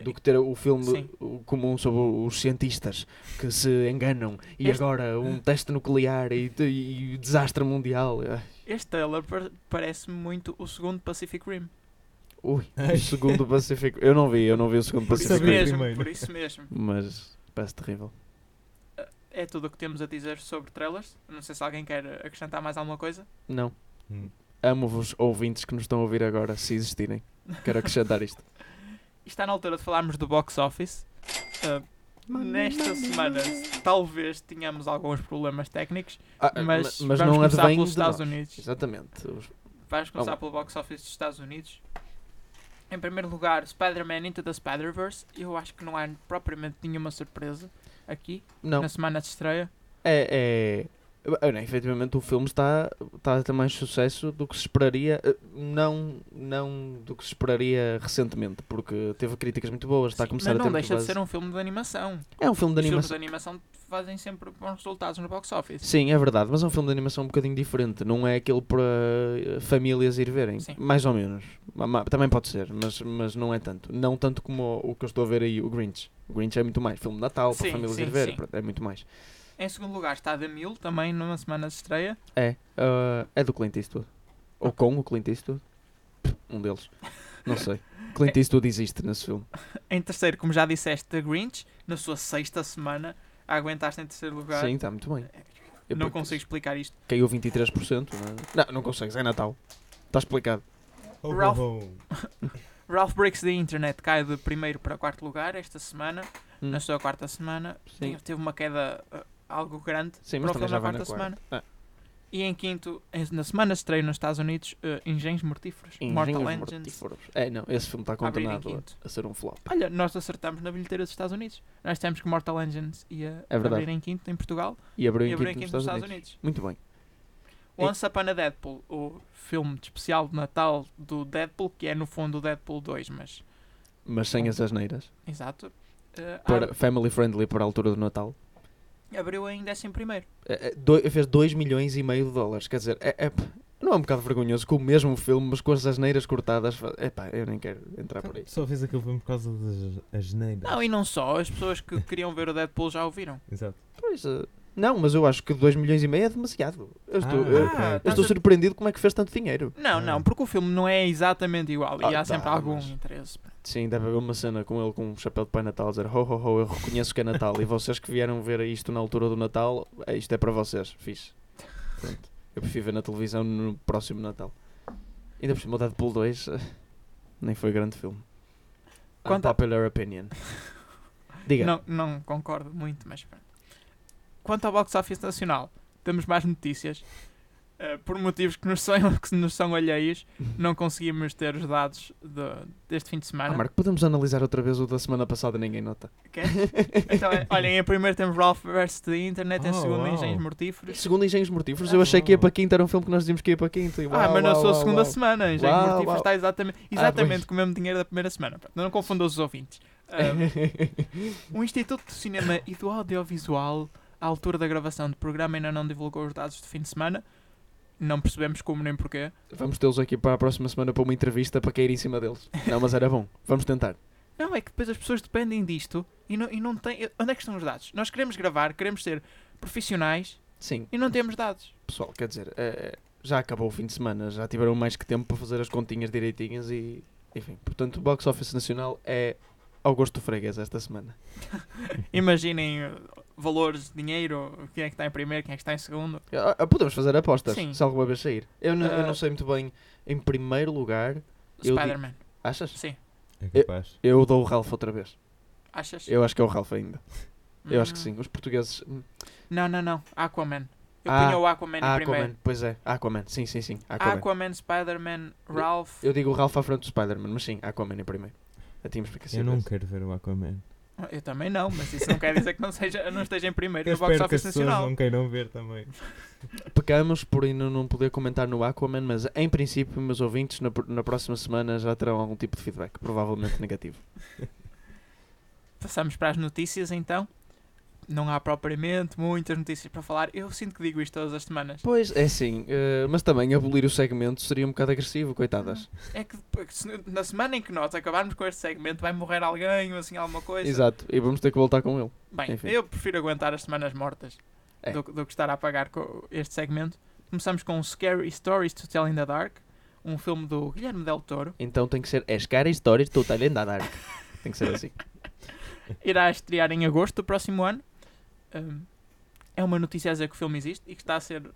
Speaker 3: Do que ter o filme
Speaker 2: Sim.
Speaker 3: o comum sobre os cientistas que se enganam e
Speaker 2: Este-
Speaker 3: agora um teste nuclear e, e, desastre mundial. Ah,
Speaker 2: Este trailer par- parece-me muito o segundo Pacific Rim.
Speaker 3: Ui, o segundo Pacific. Eu não vi, eu não vi o segundo
Speaker 2: Por isso
Speaker 3: Pacific.
Speaker 4: Rim.
Speaker 2: mesmo,
Speaker 4: Primeiro.
Speaker 2: por isso mesmo.
Speaker 3: Mas parece terrível.
Speaker 2: É tudo o que temos a dizer sobre trailers. Não sei se alguém quer acrescentar mais alguma coisa.
Speaker 3: Não.
Speaker 4: Hum.
Speaker 3: Amo-vos ouvintes que nos estão a ouvir agora, se existirem. Quero acrescentar isto.
Speaker 2: E Está na altura de falarmos do box office. Ah, nesta semana, talvez tenhamos alguns problemas técnicos,
Speaker 3: Ah,
Speaker 2: mas,
Speaker 3: ma-
Speaker 2: vamos começar
Speaker 3: advém
Speaker 2: pelos
Speaker 3: de
Speaker 2: Estados
Speaker 3: nós.
Speaker 2: Unidos.
Speaker 3: Exatamente. Os-
Speaker 2: Vamos começar
Speaker 3: Vamos.
Speaker 2: pelo box office dos Estados Unidos. Em primeiro lugar, Spider-Man Into the Spider-Verse. Eu acho que não há propriamente nenhuma surpresa aqui,
Speaker 3: Não,
Speaker 2: na semana de estreia.
Speaker 3: é. é... Ah, não, efetivamente o filme está, está a ter mais sucesso do que se esperaria, eh, não, não do que se esperaria recentemente, porque teve críticas muito boas, está a
Speaker 2: Sim,
Speaker 3: começar
Speaker 2: mas
Speaker 3: a
Speaker 2: não
Speaker 3: ter
Speaker 2: deixa de
Speaker 3: base.
Speaker 2: ser um filme de animação.
Speaker 3: É um filme de
Speaker 2: Os filmes de
Speaker 3: animação.
Speaker 2: animação fazem sempre bons resultados no box office.
Speaker 3: Sim, é verdade, mas é um filme de animação um bocadinho diferente, não é aquele para eh, famílias ir verem,
Speaker 2: Sim.
Speaker 3: mais ou menos. Ma- ma- Também pode ser, mas, mas não é tanto. Não tanto como o, o que eu estou a ver aí, o Grinch. O Grinch é muito mais, filme de Natal para
Speaker 2: Sim,
Speaker 3: famílias
Speaker 2: sim,
Speaker 3: ir verem,
Speaker 2: sim.
Speaker 3: pronto, é muito mais.
Speaker 2: Em segundo lugar está The Mill, também numa semana de estreia.
Speaker 3: É, ah, é do Clint Eastwood. Ou com o Clint Eastwood. Um deles. Não sei. Clint Eastwood existe nesse filme.
Speaker 2: Em terceiro, como já disseste, The Grinch, na sua sexta semana. A aguentar-se em terceiro lugar.
Speaker 3: Sim, está muito bem. Eu
Speaker 2: não
Speaker 3: porque
Speaker 2: consigo explicar isto.
Speaker 3: Caiu 23%. Não, é? não, não consegues, é Natal. Está explicado.
Speaker 4: Ho, ho,
Speaker 2: Ralph-
Speaker 4: ho.
Speaker 2: Ralph Breaks the Internet cai de primeiro para quarto lugar esta semana.
Speaker 3: Hum.
Speaker 2: na sua quarta semana
Speaker 3: Sim.
Speaker 2: teve- teve uma queda ah, algo grande
Speaker 3: Sim,
Speaker 2: para
Speaker 3: mas
Speaker 2: o filme
Speaker 3: também já
Speaker 2: na
Speaker 3: vai
Speaker 2: quarta
Speaker 3: na quarta.
Speaker 2: semana.
Speaker 3: Ah.
Speaker 2: E em quinto, em- na semana de estreia nos Estados Unidos, ah, Engenhos Mortíferos, Mortal
Speaker 3: Engenhos
Speaker 2: Engines.
Speaker 3: Mortíferos. É, não, esse filme está
Speaker 2: Abrir em
Speaker 3: condenado a-
Speaker 2: quinto.
Speaker 3: a ser um flop.
Speaker 2: Olha, nós acertamos na bilheteira dos Estados Unidos. Nós temos que Mortal Engines ia
Speaker 3: É verdade.
Speaker 2: abrir em quinto em Portugal
Speaker 3: E abriu
Speaker 2: e
Speaker 3: em
Speaker 2: abrir
Speaker 3: quinto
Speaker 2: em
Speaker 3: nos
Speaker 2: quinto nos
Speaker 3: Estados,
Speaker 2: Estados
Speaker 3: Unidos.
Speaker 2: Unidos.
Speaker 3: Muito bem.
Speaker 2: Once Upon a Deadpool, o filme de especial de Natal do Deadpool, que é no fundo o Deadpool 2, mas
Speaker 3: Mas sem as asneiras.
Speaker 2: exato, ah,
Speaker 3: Para, family friendly para a altura do Natal.
Speaker 2: ab- abriu em décimo primeiro.
Speaker 3: É, é, doi- fez 2 milhões e meio de dólares. Quer dizer, é, é, p- Não é um bocado vergonhoso com o mesmo filme, mas com as asneiras cortadas. fa- Epá, eu nem quero entrar Tá
Speaker 2: Tá.
Speaker 3: por aí.
Speaker 4: Só fez aquele filme por causa das asneiras.
Speaker 2: Não, e não só, as pessoas que queriam ver o Deadpool já ouviram.
Speaker 4: Exato.
Speaker 3: Pois, eh, não, mas eu acho que 2 milhões e meio é demasiado. Eu estou,
Speaker 4: Ah,
Speaker 3: eu-
Speaker 4: ok.
Speaker 3: eu
Speaker 2: estás
Speaker 3: estou
Speaker 2: a-
Speaker 3: surpreendido como é que fez tanto dinheiro.
Speaker 2: Não,
Speaker 4: Ah.
Speaker 2: não, porque o filme não é exatamente igual e
Speaker 3: Ah,
Speaker 2: há sempre
Speaker 3: tá,
Speaker 2: algum
Speaker 3: mas-
Speaker 2: interesse.
Speaker 3: Sim, deve haver uma cena com ele com um chapéu de Pai Natal a dizer ho ho ho, eu reconheço que é Natal e vocês que vieram ver isto na altura do Natal, eh, isto é para vocês, fixe. Pronto. Eu prefiro ver na televisão no próximo Natal. Ainda por cima o Deadpool 2 eh, nem foi grande filme.
Speaker 2: Quanto a-
Speaker 3: Unpopular opinion. Diga.
Speaker 2: Não, não concordo muito, mas pronto. Quanto ao box office nacional, temos mais notícias. Eh, por motivos que nos, são, que nos são alheios, não conseguimos ter os dados de- deste fim de
Speaker 3: Ah,
Speaker 2: semana.
Speaker 3: Marco, podemos analisar outra vez o da semana passada ninguém nota.
Speaker 2: Queres? Então, eh, olhem, em primeiro temos Ralph vs. The Internet, em
Speaker 4: Oh,
Speaker 2: segundo
Speaker 4: uau.
Speaker 2: Engenhos Mortíferos.
Speaker 3: Segundo Engenhos Mortíferos, eu achei que ia
Speaker 4: Oh.
Speaker 3: para quinta, era um filme que nós dizíamos que ia para quinta. e
Speaker 2: ah,
Speaker 3: uau,
Speaker 2: mas na
Speaker 3: uau,
Speaker 2: sua
Speaker 3: uau,
Speaker 2: segunda
Speaker 3: uau.
Speaker 2: semana, Engenhos
Speaker 3: Uau,
Speaker 2: Mortíferos
Speaker 3: uau. Ah,
Speaker 2: está exatamente,
Speaker 3: pois.
Speaker 2: exatamente com o mesmo dinheiro da primeira semana. Pronto, não confunda os ouvintes. Ah, O Instituto de Cinema e do Audiovisual, à altura da gravação do programa, ainda não divulgou os dados do fim de semana. Não percebemos como nem porquê.
Speaker 3: Vamos tê-los aqui para a próxima semana para uma entrevista para cair em cima deles. Não, mas era bom. Vamos tentar.
Speaker 2: Não, é que depois as pessoas dependem disto e não, e não têm. Onde é que estão os dados? Nós queremos gravar, queremos ser profissionais
Speaker 3: Sim,
Speaker 2: e não temos dados.
Speaker 3: pessoal, quer dizer, eh, já acabou o fim de semana, já tiveram mais que tempo para fazer as continhas direitinhas e. Enfim, portanto, o Box Office Nacional é Augusto Freguês esta semana.
Speaker 2: Imaginem eh, valores, dinheiro, quem é que está em primeiro, quem é que está em segundo.
Speaker 3: Ah, ah, Podemos fazer apostas,
Speaker 2: Sim.
Speaker 3: se alguma vez sair. Eu, n- eu
Speaker 2: Ah.
Speaker 3: não sei muito bem. Em primeiro lugar, Eu di-
Speaker 2: Spider-Man.
Speaker 3: achas?
Speaker 2: Sim.
Speaker 4: É capaz.
Speaker 3: Eu dou o Ralph outra vez.
Speaker 2: Achas?
Speaker 3: Eu acho que é o Ralph ainda. Ah. Eu acho que
Speaker 2: Hum.
Speaker 3: sim. Os portugueses. hum,
Speaker 2: Não, não, não. Aquaman. Eu
Speaker 3: Ah,
Speaker 2: punha o Aquaman em
Speaker 3: Aquaman.
Speaker 2: primeiro.
Speaker 3: Pois é, Aquaman. Sim, sim, sim. Aquaman.
Speaker 2: Aquaman, Spider-Man, Ralph.
Speaker 3: Eu digo o Ralph à frente do Spider-Man, mas sim, Aquaman em primeiro. A tínhamos porque
Speaker 4: Eu não quero ver o Aquaman.
Speaker 2: Eu também não, mas isso não quer dizer que não, seja, não esteja em primeiro
Speaker 4: Eu
Speaker 2: no box
Speaker 4: espero que as
Speaker 2: office
Speaker 4: pessoas
Speaker 2: nacional.
Speaker 4: não queiram ver também.
Speaker 3: Pecamos por ainda não poder comentar no Aquaman, mas em princípio, meus ouvintes, na, pr- na próxima semana já terão algum tipo de feedback, provavelmente negativo.
Speaker 2: Passamos para as notícias então. Não há propriamente muitas notícias para falar. Eu sinto que digo isto todas as semanas.
Speaker 3: Pois é, sim, eh, mas também abolir o segmento seria um bocado agressivo, coitadas.
Speaker 2: É que depois- se na semana em que nós acabarmos com este segmento vai morrer alguém ou assim alguma coisa.
Speaker 3: Exato, e vamos ter que voltar com ele.
Speaker 2: Bem,
Speaker 3: Enfim.
Speaker 2: eu prefiro aguentar as semanas mortas
Speaker 3: É.
Speaker 2: do, que- do que estar a apagar co- este segmento. Começamos com Scary Stories to Tell in the Dark, um filme do Guilherme Del Toro.
Speaker 3: Então tem que ser as caras histórias do Talent da Dark. Tem que ser assim.
Speaker 2: irá estrear em agosto do próximo ano. Hum, é uma notícia a dizer que o filme existe e que está a ser.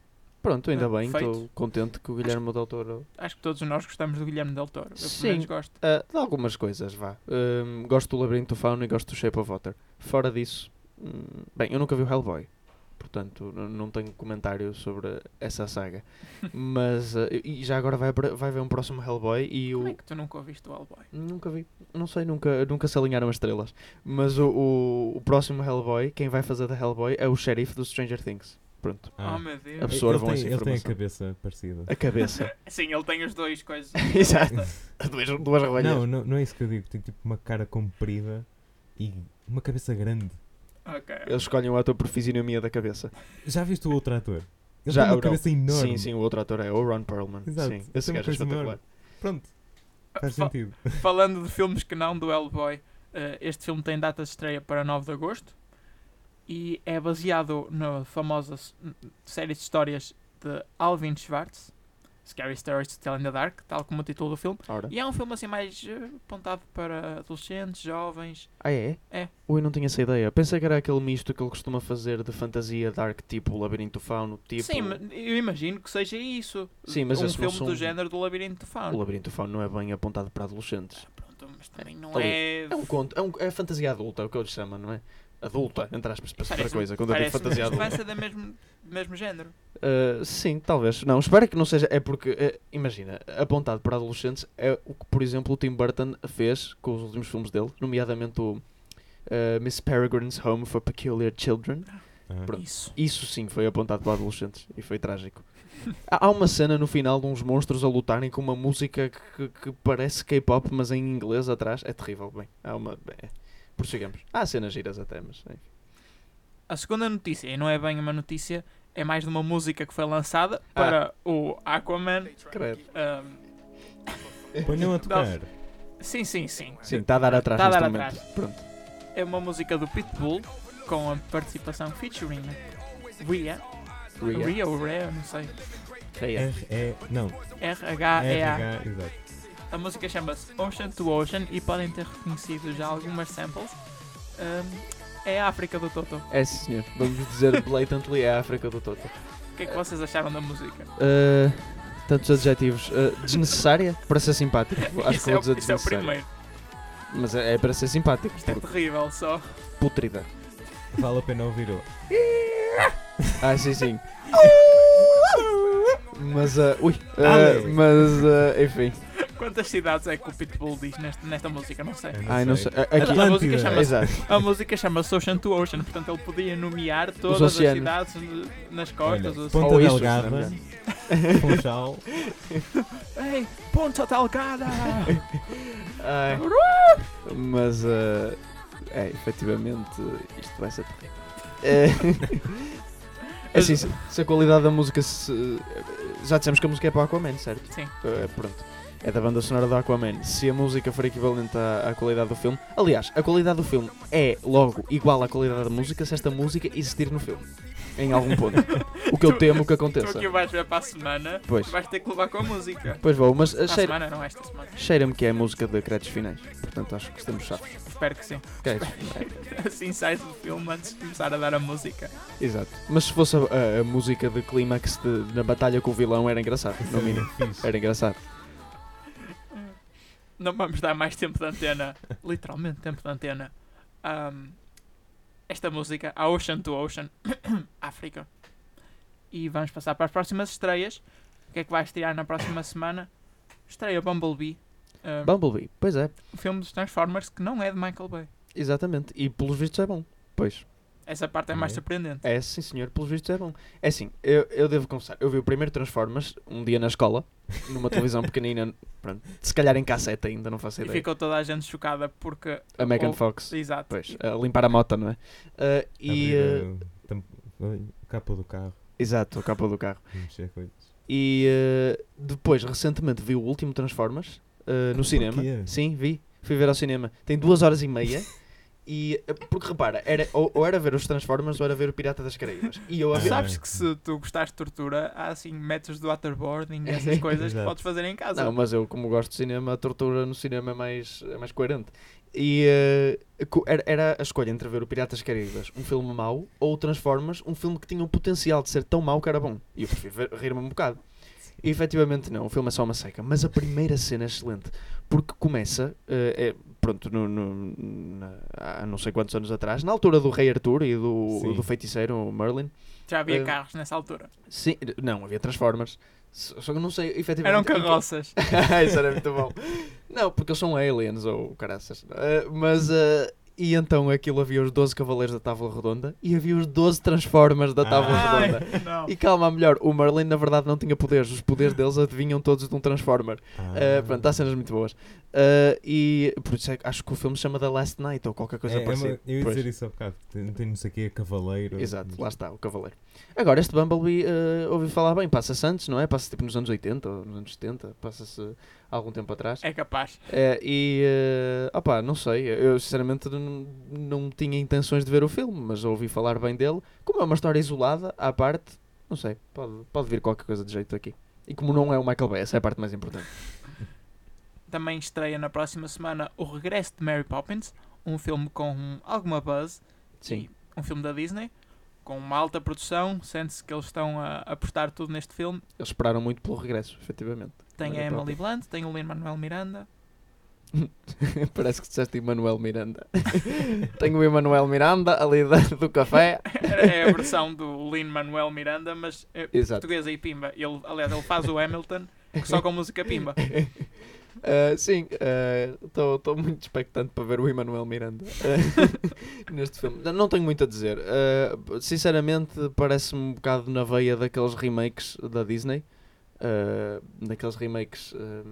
Speaker 3: Pronto, ainda bem,
Speaker 2: Feito.
Speaker 3: estou contente que o Guilherme Del Toro
Speaker 2: Acho que todos nós gostamos do Guilherme Del Toro. Eu pelo
Speaker 3: Sim.
Speaker 2: menos gosto.
Speaker 3: Ah, de algumas coisas, vá. Hum, gosto do Labirinto do Fauno e gosto do Shape of Water. Fora disso, hum, bem, eu nunca vi o Hellboy. Portanto, n- não tenho comentário sobre essa saga. Mas, ah, e já agora vai, abra- vai ver um próximo Hellboy e
Speaker 2: Como é
Speaker 3: o...
Speaker 2: que tu nunca ouviste o Hellboy?
Speaker 3: Nunca vi. Não sei, nunca, nunca se alinharam as estrelas. Mas o, o, o próximo Hellboy, quem vai fazer da Hellboy é o xerife do Stranger Things. Pronto.
Speaker 4: Ah.
Speaker 2: Oh meu Deus.
Speaker 3: Abs- Absorvam
Speaker 4: ele
Speaker 3: essa
Speaker 4: tem, ele tem a
Speaker 3: informação.
Speaker 4: cabeça parecida.
Speaker 3: A cabeça.
Speaker 2: Sim, ele tem os dois coisas.
Speaker 3: Exato. Duas, duas rabanhas.
Speaker 4: Não, não, não é isso que eu digo. Tem tipo uma cara comprida e uma cabeça grande.
Speaker 2: Ok.
Speaker 3: Eles escolhem o ator por fisionomia da cabeça.
Speaker 4: Já viste o outro ator? Ele
Speaker 3: Já,
Speaker 4: tem
Speaker 3: o
Speaker 4: uma cabeça enorme.
Speaker 3: Sim, sim, o outro ator é o Ron Perlman.
Speaker 4: Exato.
Speaker 3: Sim, esse
Speaker 4: Tem
Speaker 3: gajo
Speaker 4: uma
Speaker 3: é
Speaker 4: coisa
Speaker 3: espetacular.
Speaker 4: enorme. Pronto,
Speaker 3: Ah,
Speaker 4: faz
Speaker 2: Fa-
Speaker 4: sentido.
Speaker 2: Falando de filmes que não do Hellboy, eh, este filme tem data de estreia para 9 de agosto e é baseado na famosa s- n- série de histórias de Alvin Schwartz, Scary Stories to Tell in the Dark, tal como o título do filme.
Speaker 3: Ora.
Speaker 2: E é um filme assim mais eh, apontado para adolescentes, jovens.
Speaker 3: Ah, é?
Speaker 2: É.
Speaker 3: Ui, não tinha essa ideia. Pensei que era aquele misto que ele costuma fazer de fantasia dark, tipo Labirinto Fauno, tipo.
Speaker 2: Sim, ma- eu imagino que seja isso.
Speaker 3: Sim, mas
Speaker 2: um
Speaker 3: esse não
Speaker 2: filme
Speaker 3: são-
Speaker 2: do género do Labirinto de
Speaker 3: O
Speaker 2: Fauno.
Speaker 3: Labirinto Fauno não é bem apontado para adolescentes.
Speaker 2: Pronto, mas também não
Speaker 3: Ali.
Speaker 2: é.
Speaker 3: É um conto, é, um, é fantasia adulta, é o que eles chamam, não é? Adulta, entre aspas, para outra
Speaker 2: Parece-me-
Speaker 3: coisa, é tipo quando eu digo
Speaker 2: parece-me
Speaker 3: fantasia
Speaker 2: que
Speaker 3: adulta.
Speaker 2: Vai ser do mesmo, mesmo género.
Speaker 3: Ah, sim, talvez. Não, espero que não seja. É porque, eh, imagina, apontado para adolescentes é o que, por exemplo, o Tim Burton fez com os últimos filmes dele, nomeadamente o ah, Miss Peregrine's Home for Peculiar Children.
Speaker 4: Ah.
Speaker 3: Pronto.
Speaker 2: Isso.
Speaker 3: Isso sim foi apontado para adolescentes e foi trágico. Há há uma cena no final de uns monstros a lutarem com uma música que, que parece K-pop, mas em inglês atrás. É terrível. Bem, há uma. É, prossigamos. Há cenas giras até, mas. enfim.
Speaker 2: A segunda notícia, e não é bem uma notícia, é mais de uma música que foi lançada
Speaker 3: Ah.
Speaker 2: para o Aquaman.
Speaker 3: Credo.
Speaker 2: Ahm,
Speaker 4: Ah. Ponham a tocar.
Speaker 2: sim, sim, sim.
Speaker 3: Sim, está a dar atrás
Speaker 2: Tá a
Speaker 3: neste
Speaker 2: dar
Speaker 3: momento. Pronto.
Speaker 2: É uma música do Pitbull com a participação featuring Ria.
Speaker 3: Ria.
Speaker 2: Ria ou Rhea, não sei.
Speaker 3: Ria.
Speaker 4: R, E, não,
Speaker 3: Ah,
Speaker 2: R-H-E-A.
Speaker 3: é
Speaker 4: RH, exato.
Speaker 2: A música chama-se Ocean to Ocean e podem ter reconhecido já algumas samples. Ahm, é a África do Toto.
Speaker 3: É sim, senhor. Vamos dizer blatantly a África do Toto.
Speaker 2: O que é que vocês acharam da música?
Speaker 3: Uh, tantos adjetivos. Uh, desnecessária para ser simpático. Acho
Speaker 2: isso
Speaker 3: que
Speaker 2: é, o-
Speaker 3: vou dizer
Speaker 2: isso é o
Speaker 3: desnecessária.
Speaker 2: primeiro.
Speaker 3: Mas é, é para ser simpático.
Speaker 2: Isto é
Speaker 3: Porque
Speaker 2: terrível só.
Speaker 3: putrida.
Speaker 4: Vale a pena ouvir o.
Speaker 3: Ah, sim, sim. Ah! Mas, uh, ui,
Speaker 2: Tá
Speaker 3: uh,
Speaker 4: Ale.
Speaker 3: mas, uh, enfim.
Speaker 2: Quantas cidades é que o Pitbull diz neste- nesta música? Não sei.
Speaker 4: Eu
Speaker 3: Ai, não sei. Uh,
Speaker 2: A
Speaker 3: Aqui,
Speaker 2: música
Speaker 4: Atlântida.
Speaker 2: chama-se
Speaker 3: exato.
Speaker 2: A música chama-se Ocean to Ocean, portanto ele podia nomear todas as
Speaker 3: oceanos.
Speaker 2: cidades de- nas
Speaker 4: Olha,
Speaker 2: costas. ou assim.
Speaker 4: Ponta
Speaker 3: Ou isso,
Speaker 4: Delgada,
Speaker 3: se
Speaker 4: Funchal,
Speaker 2: assim. Ei, Ponta Delgada!
Speaker 3: Ai, mas, uh, é, efetivamente, isto vai ser terrível. É, É assim, se, se a qualidade da música se- Já dissemos que a música é para o Aquaman, certo?
Speaker 2: Sim.
Speaker 3: É, pronto. É da banda sonora do Aquaman. Se a música for equivalente à, à qualidade do filme. Aliás, a qualidade do filme é logo igual à qualidade da música se esta música existir no filme. Em algum ponto. o que eu
Speaker 2: Tu-
Speaker 3: temo que
Speaker 2: Tu
Speaker 3: aconteça.
Speaker 2: aqui vais ver para a semana,
Speaker 3: Pois.
Speaker 2: vais ter que levar com a música.
Speaker 3: Pois vou, mas eh,
Speaker 2: Para a
Speaker 3: cheira-
Speaker 2: semana, não esta semana.
Speaker 3: cheira-me que é a música de créditos finais. Portanto, acho que estamos chatos. é
Speaker 2: Espero que sim. Assim sais do filme antes de começar a dar a música.
Speaker 3: Exato. Mas se fosse a, a- a música de clímax de- na batalha com o vilão, era engraçado. No mínimo.
Speaker 4: fixe.
Speaker 3: Era engraçado.
Speaker 2: Não vamos dar mais tempo de antena. Literalmente tempo de antena. Ahm, esta música, a Ocean to Ocean, África. E vamos passar para as próximas estreias. O que é que vais tirar na próxima semana? Estreia Bumblebee. ahm,
Speaker 3: Bumblebee. Pois é.
Speaker 2: o filme dos Transformers que não é de Michael Bay.
Speaker 3: Exatamente. E pelos vistos é bom. Pois.
Speaker 2: Essa parte é mais
Speaker 4: É.
Speaker 2: surpreendente.
Speaker 3: É, sim senhor, pelos vistos é bom. É assim, eu, eu devo confessar, eu vi o primeiro Transformers um dia na escola, numa televisão pequenina, pronto, se calhar em cassete ainda, não faço
Speaker 2: E
Speaker 3: ideia.
Speaker 2: ficou toda a gente chocada porque.
Speaker 3: A Megan
Speaker 2: ou-
Speaker 3: Fox,
Speaker 2: Exato.
Speaker 3: pois, a limpar a moto, não é? Ah, e,
Speaker 4: abrir
Speaker 3: ah,
Speaker 4: a tampa- a capa do carro,
Speaker 3: exato, o capô do carro.
Speaker 4: e mexer coisas.
Speaker 3: E ah, depois, recentemente, vi o último Transformers ah, no cinema.
Speaker 4: Porquê?
Speaker 3: Sim, vi. Fui ver ao cinema. Tem duas horas e meia. E, ah, porque repara, era, ou, ou era ver os Transformers ou era ver o Pirata das Caraíbas. E eu a ver-
Speaker 4: Ah.
Speaker 2: Sabes que se tu gostares de tortura, há assim métodos de waterboarding, essas coisas que
Speaker 4: Exato.
Speaker 2: podes fazer em casa.
Speaker 3: Não, mas eu, como gosto de cinema, a tortura no cinema é mais, é mais coerente. E eh, co- era, era a escolha entre ver o Piratas das Caraíbas, um filme mau, ou o Transformers, um filme que tinha o potencial de ser tão mau que era bom. E eu prefiro ver- rir-me um bocado. E efetivamente não, o filme é só uma seca. Mas a primeira cena é excelente, porque começa, eh, é, pronto, no, no- na- há não sei quantos anos atrás, na altura do Rei Arthur e do,
Speaker 4: Sim.
Speaker 3: do feiticeiro o Merlin.
Speaker 2: Já havia
Speaker 3: eh,
Speaker 2: carros nessa altura.
Speaker 3: Sim, não, havia Transformers. Só só que eu não sei, efetivamente.
Speaker 2: Eram
Speaker 3: em que-
Speaker 2: carroças.
Speaker 3: Isso era muito bom. Não, porque eles são aliens ou caraças. Ah, mas. ah, e então aquilo havia os 12 Cavaleiros da Tábua Redonda e havia os 12 Transformers da Tábua
Speaker 4: Ah.
Speaker 2: Ai,
Speaker 3: Redonda.
Speaker 2: não.
Speaker 3: E calma, melhor, o Merlin na verdade não tinha poderes, os poderes deles adivinham todos de um Transformer. Ah, pronto, há cenas muito boas. Ah, e por isso é que acho que o filme se chama The Last Night ou qualquer coisa
Speaker 4: É, é uma-
Speaker 3: parecida.
Speaker 4: eu ia
Speaker 3: Pois.
Speaker 4: dizer isso há bocado. Tem, tem não sei o quê, Cavaleiro.
Speaker 3: Exato, lá está, o Cavaleiro. Agora, este Bumblebee, ah, ouvi falar bem, passa-se antes, não é? Passa-se tipo nos anos 80 ou nos anos 70, passa-se há algum tempo atrás.
Speaker 2: É capaz.
Speaker 3: É, e eh, opá, não sei, eu sinceramente não, não tinha intenções de ver o filme, mas ouvi falar bem dele. Como é uma história isolada, à parte, não sei, pode, pode vir qualquer coisa de jeito aqui. E como não é o Michael Bay, essa é a parte mais importante.
Speaker 2: Também estreia na próxima semana O Regresso de Mary Poppins, um filme com alguma buzz,
Speaker 3: Sim,
Speaker 2: um filme da Disney, com uma alta produção. Sente-se que eles estão a apostar tudo neste filme.
Speaker 3: eles esperaram muito pelo regresso, efetivamente.
Speaker 2: Tem a
Speaker 3: Mary
Speaker 2: Emily Blunt, tem o Lin-Manuel Miranda.
Speaker 3: Parece que disseste Emanuel Miranda. Tenho o Emanuel Miranda ali da- do café.
Speaker 2: É a versão do Lin-Manuel Miranda, mas é
Speaker 3: Exato.
Speaker 2: portuguesa e pimba. Ele, aliás, ele faz o Hamilton só com música pimba.
Speaker 3: Ah, sim, estou muito expectante para ver o Emanuel Miranda ah, neste filme. Não- Não tenho muito a dizer. Eh, Ah, sinceramente, parece-me um bocado na veia daqueles remakes da Disney. ah, daqueles remakes ah,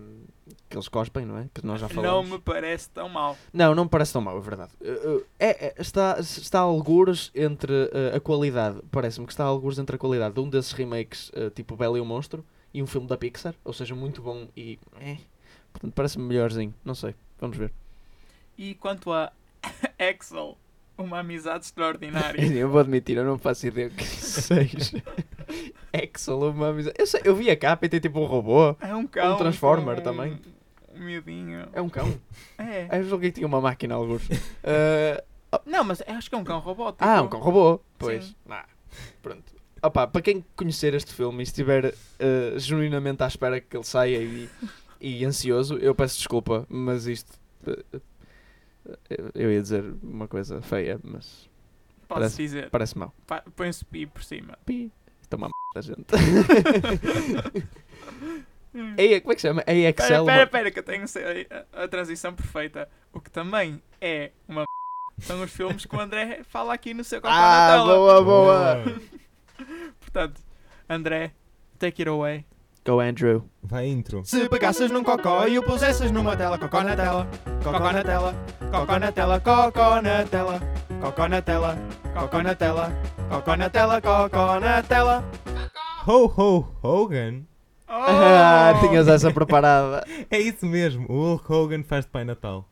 Speaker 3: que eles cospem, não é? Que nós já
Speaker 2: Não
Speaker 3: falamos.
Speaker 2: me parece tão mal.
Speaker 3: Não, não me parece tão mau, é verdade. Uh, uh, É, é- está, está a algures entre uh, a qualidade, parece-me que está a algures entre a qualidade de um desses remakes, uh, tipo Bela e o Monstro, e um filme da Pixar, ou seja, muito bom e. eh. Portanto, parece-me melhorzinho, não sei, vamos ver.
Speaker 2: E quanto a Axel, uma amizade extraordinária.
Speaker 3: Eu vou admitir, eu não faço ideia o que isso seja. Axel, uma amizade. Eu, sei, eu vi a capa e tem tipo um robô.
Speaker 2: É um cão.
Speaker 3: Um Transformer
Speaker 2: com um-
Speaker 3: também.
Speaker 2: Um miudinho.
Speaker 3: É um cão.
Speaker 2: É.
Speaker 3: Eu julguei que tinha uma máquina, alguns. Uh,
Speaker 2: Não, mas acho que é um cão robótico.
Speaker 3: Ah, um cão robô. Pois.
Speaker 2: Sim.
Speaker 3: Ah, pronto. Opa, para quem conhecer este filme e estiver eh, genuinamente à espera que ele saia e, e ansioso, eu peço desculpa, mas isto. eh, eh, eu ia dizer uma coisa feia, mas
Speaker 2: Posso
Speaker 3: Parece-
Speaker 2: dizer.
Speaker 3: parece mal.
Speaker 2: Pa- Põe-se pi por cima.
Speaker 3: Pi. Isto é uma merda, gente. Ei, como é que se chama? Ei,
Speaker 2: Hum. Espera,
Speaker 3: Excel.
Speaker 2: espera, espera, que eu tenho se- a, a transição perfeita. O que também é uma m****, são os filmes que o André fala aqui no seu
Speaker 3: Ah,
Speaker 2: computador.
Speaker 3: boa, boa.
Speaker 2: Portanto, André, take it away.
Speaker 3: Go, Andrew.
Speaker 4: Vai intro.
Speaker 5: Se pegasses num cocó e o pusesses numa tela, cocó na tela, cocó na tela, cocó na tela, cocó na tela, cocó na tela, cocó na tela, cocó na tela, cocó na tela.
Speaker 4: Ho Ho Hogan?
Speaker 2: Oh!
Speaker 3: Ah, tinhas essa preparada.
Speaker 4: É isso mesmo, o Hulk Hogan faz de Pai Natal.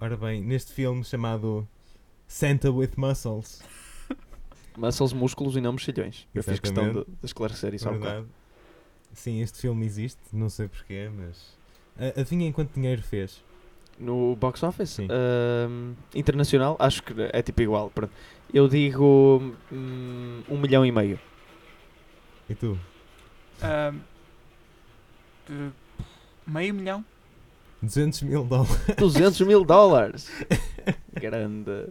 Speaker 4: Ora bem, neste filme chamado Santa with Muscles.
Speaker 3: Mas são os músculos e não mexilhões. Eu fiz questão de,
Speaker 4: Exatamente.
Speaker 3: de esclarecer isso é há um bocado.
Speaker 4: Verdade. Sim, este filme existe, não sei porquê, mas. A- Adivinhem quanto dinheiro fez?
Speaker 3: No box office?
Speaker 4: Sim.
Speaker 3: Ahm, internacional? Acho que é tipo igual. pronto. Eu digo hum, um milhão e meio.
Speaker 4: E tu?
Speaker 2: Ahm, de- meio milhão?
Speaker 4: 200 mil dólares.
Speaker 3: 200 mil dólares! Grande.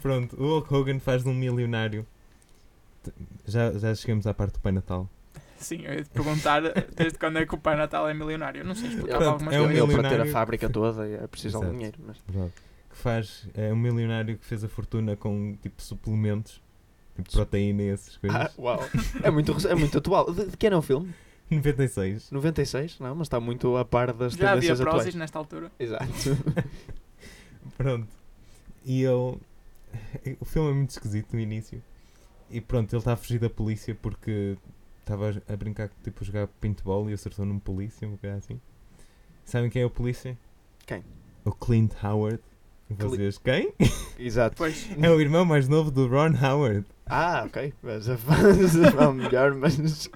Speaker 4: Pronto, o Hulk Hogan faz de um milionário. T- Já, já chegamos à parte do Pai Natal.
Speaker 2: Sim, eu ia te perguntar desde quando é que o Pai Natal é milionário. Não sei explicar
Speaker 3: Pronto,
Speaker 2: algumas
Speaker 4: é um
Speaker 3: Ele
Speaker 2: coisas.
Speaker 4: milhão.
Speaker 3: para ter a
Speaker 4: milionário.
Speaker 3: fábrica toda é preciso de
Speaker 4: Exato.
Speaker 3: dinheiro. Mas...
Speaker 4: Verdade. Que faz. É um milionário que fez a fortuna com tipo suplementos, tipo proteína e essas
Speaker 3: Ah,
Speaker 4: coisas.
Speaker 3: uau! É muito, rec- é muito atual. De, de que ano é o filme?
Speaker 4: 96.
Speaker 3: 96? Não, mas está muito a par das
Speaker 2: Já havia
Speaker 3: tendências
Speaker 2: prósis
Speaker 3: atuais.
Speaker 2: nesta altura.
Speaker 3: Exato.
Speaker 4: Pronto. E ele. O filme é muito esquisito no início. E pronto, ele está a fugir da polícia porque estava a brincar, tipo, a jogar paintball e acertou num polícia, um bocado assim. Sabem quem é o polícia?
Speaker 3: Quem?
Speaker 4: O Clint Howard. E
Speaker 3: Cli-
Speaker 4: Vocês, quem?
Speaker 3: Exato.
Speaker 2: Pois,
Speaker 4: É o irmão mais novo do Ron Howard.
Speaker 3: Ah, ok. Mas a vão melhor, mas.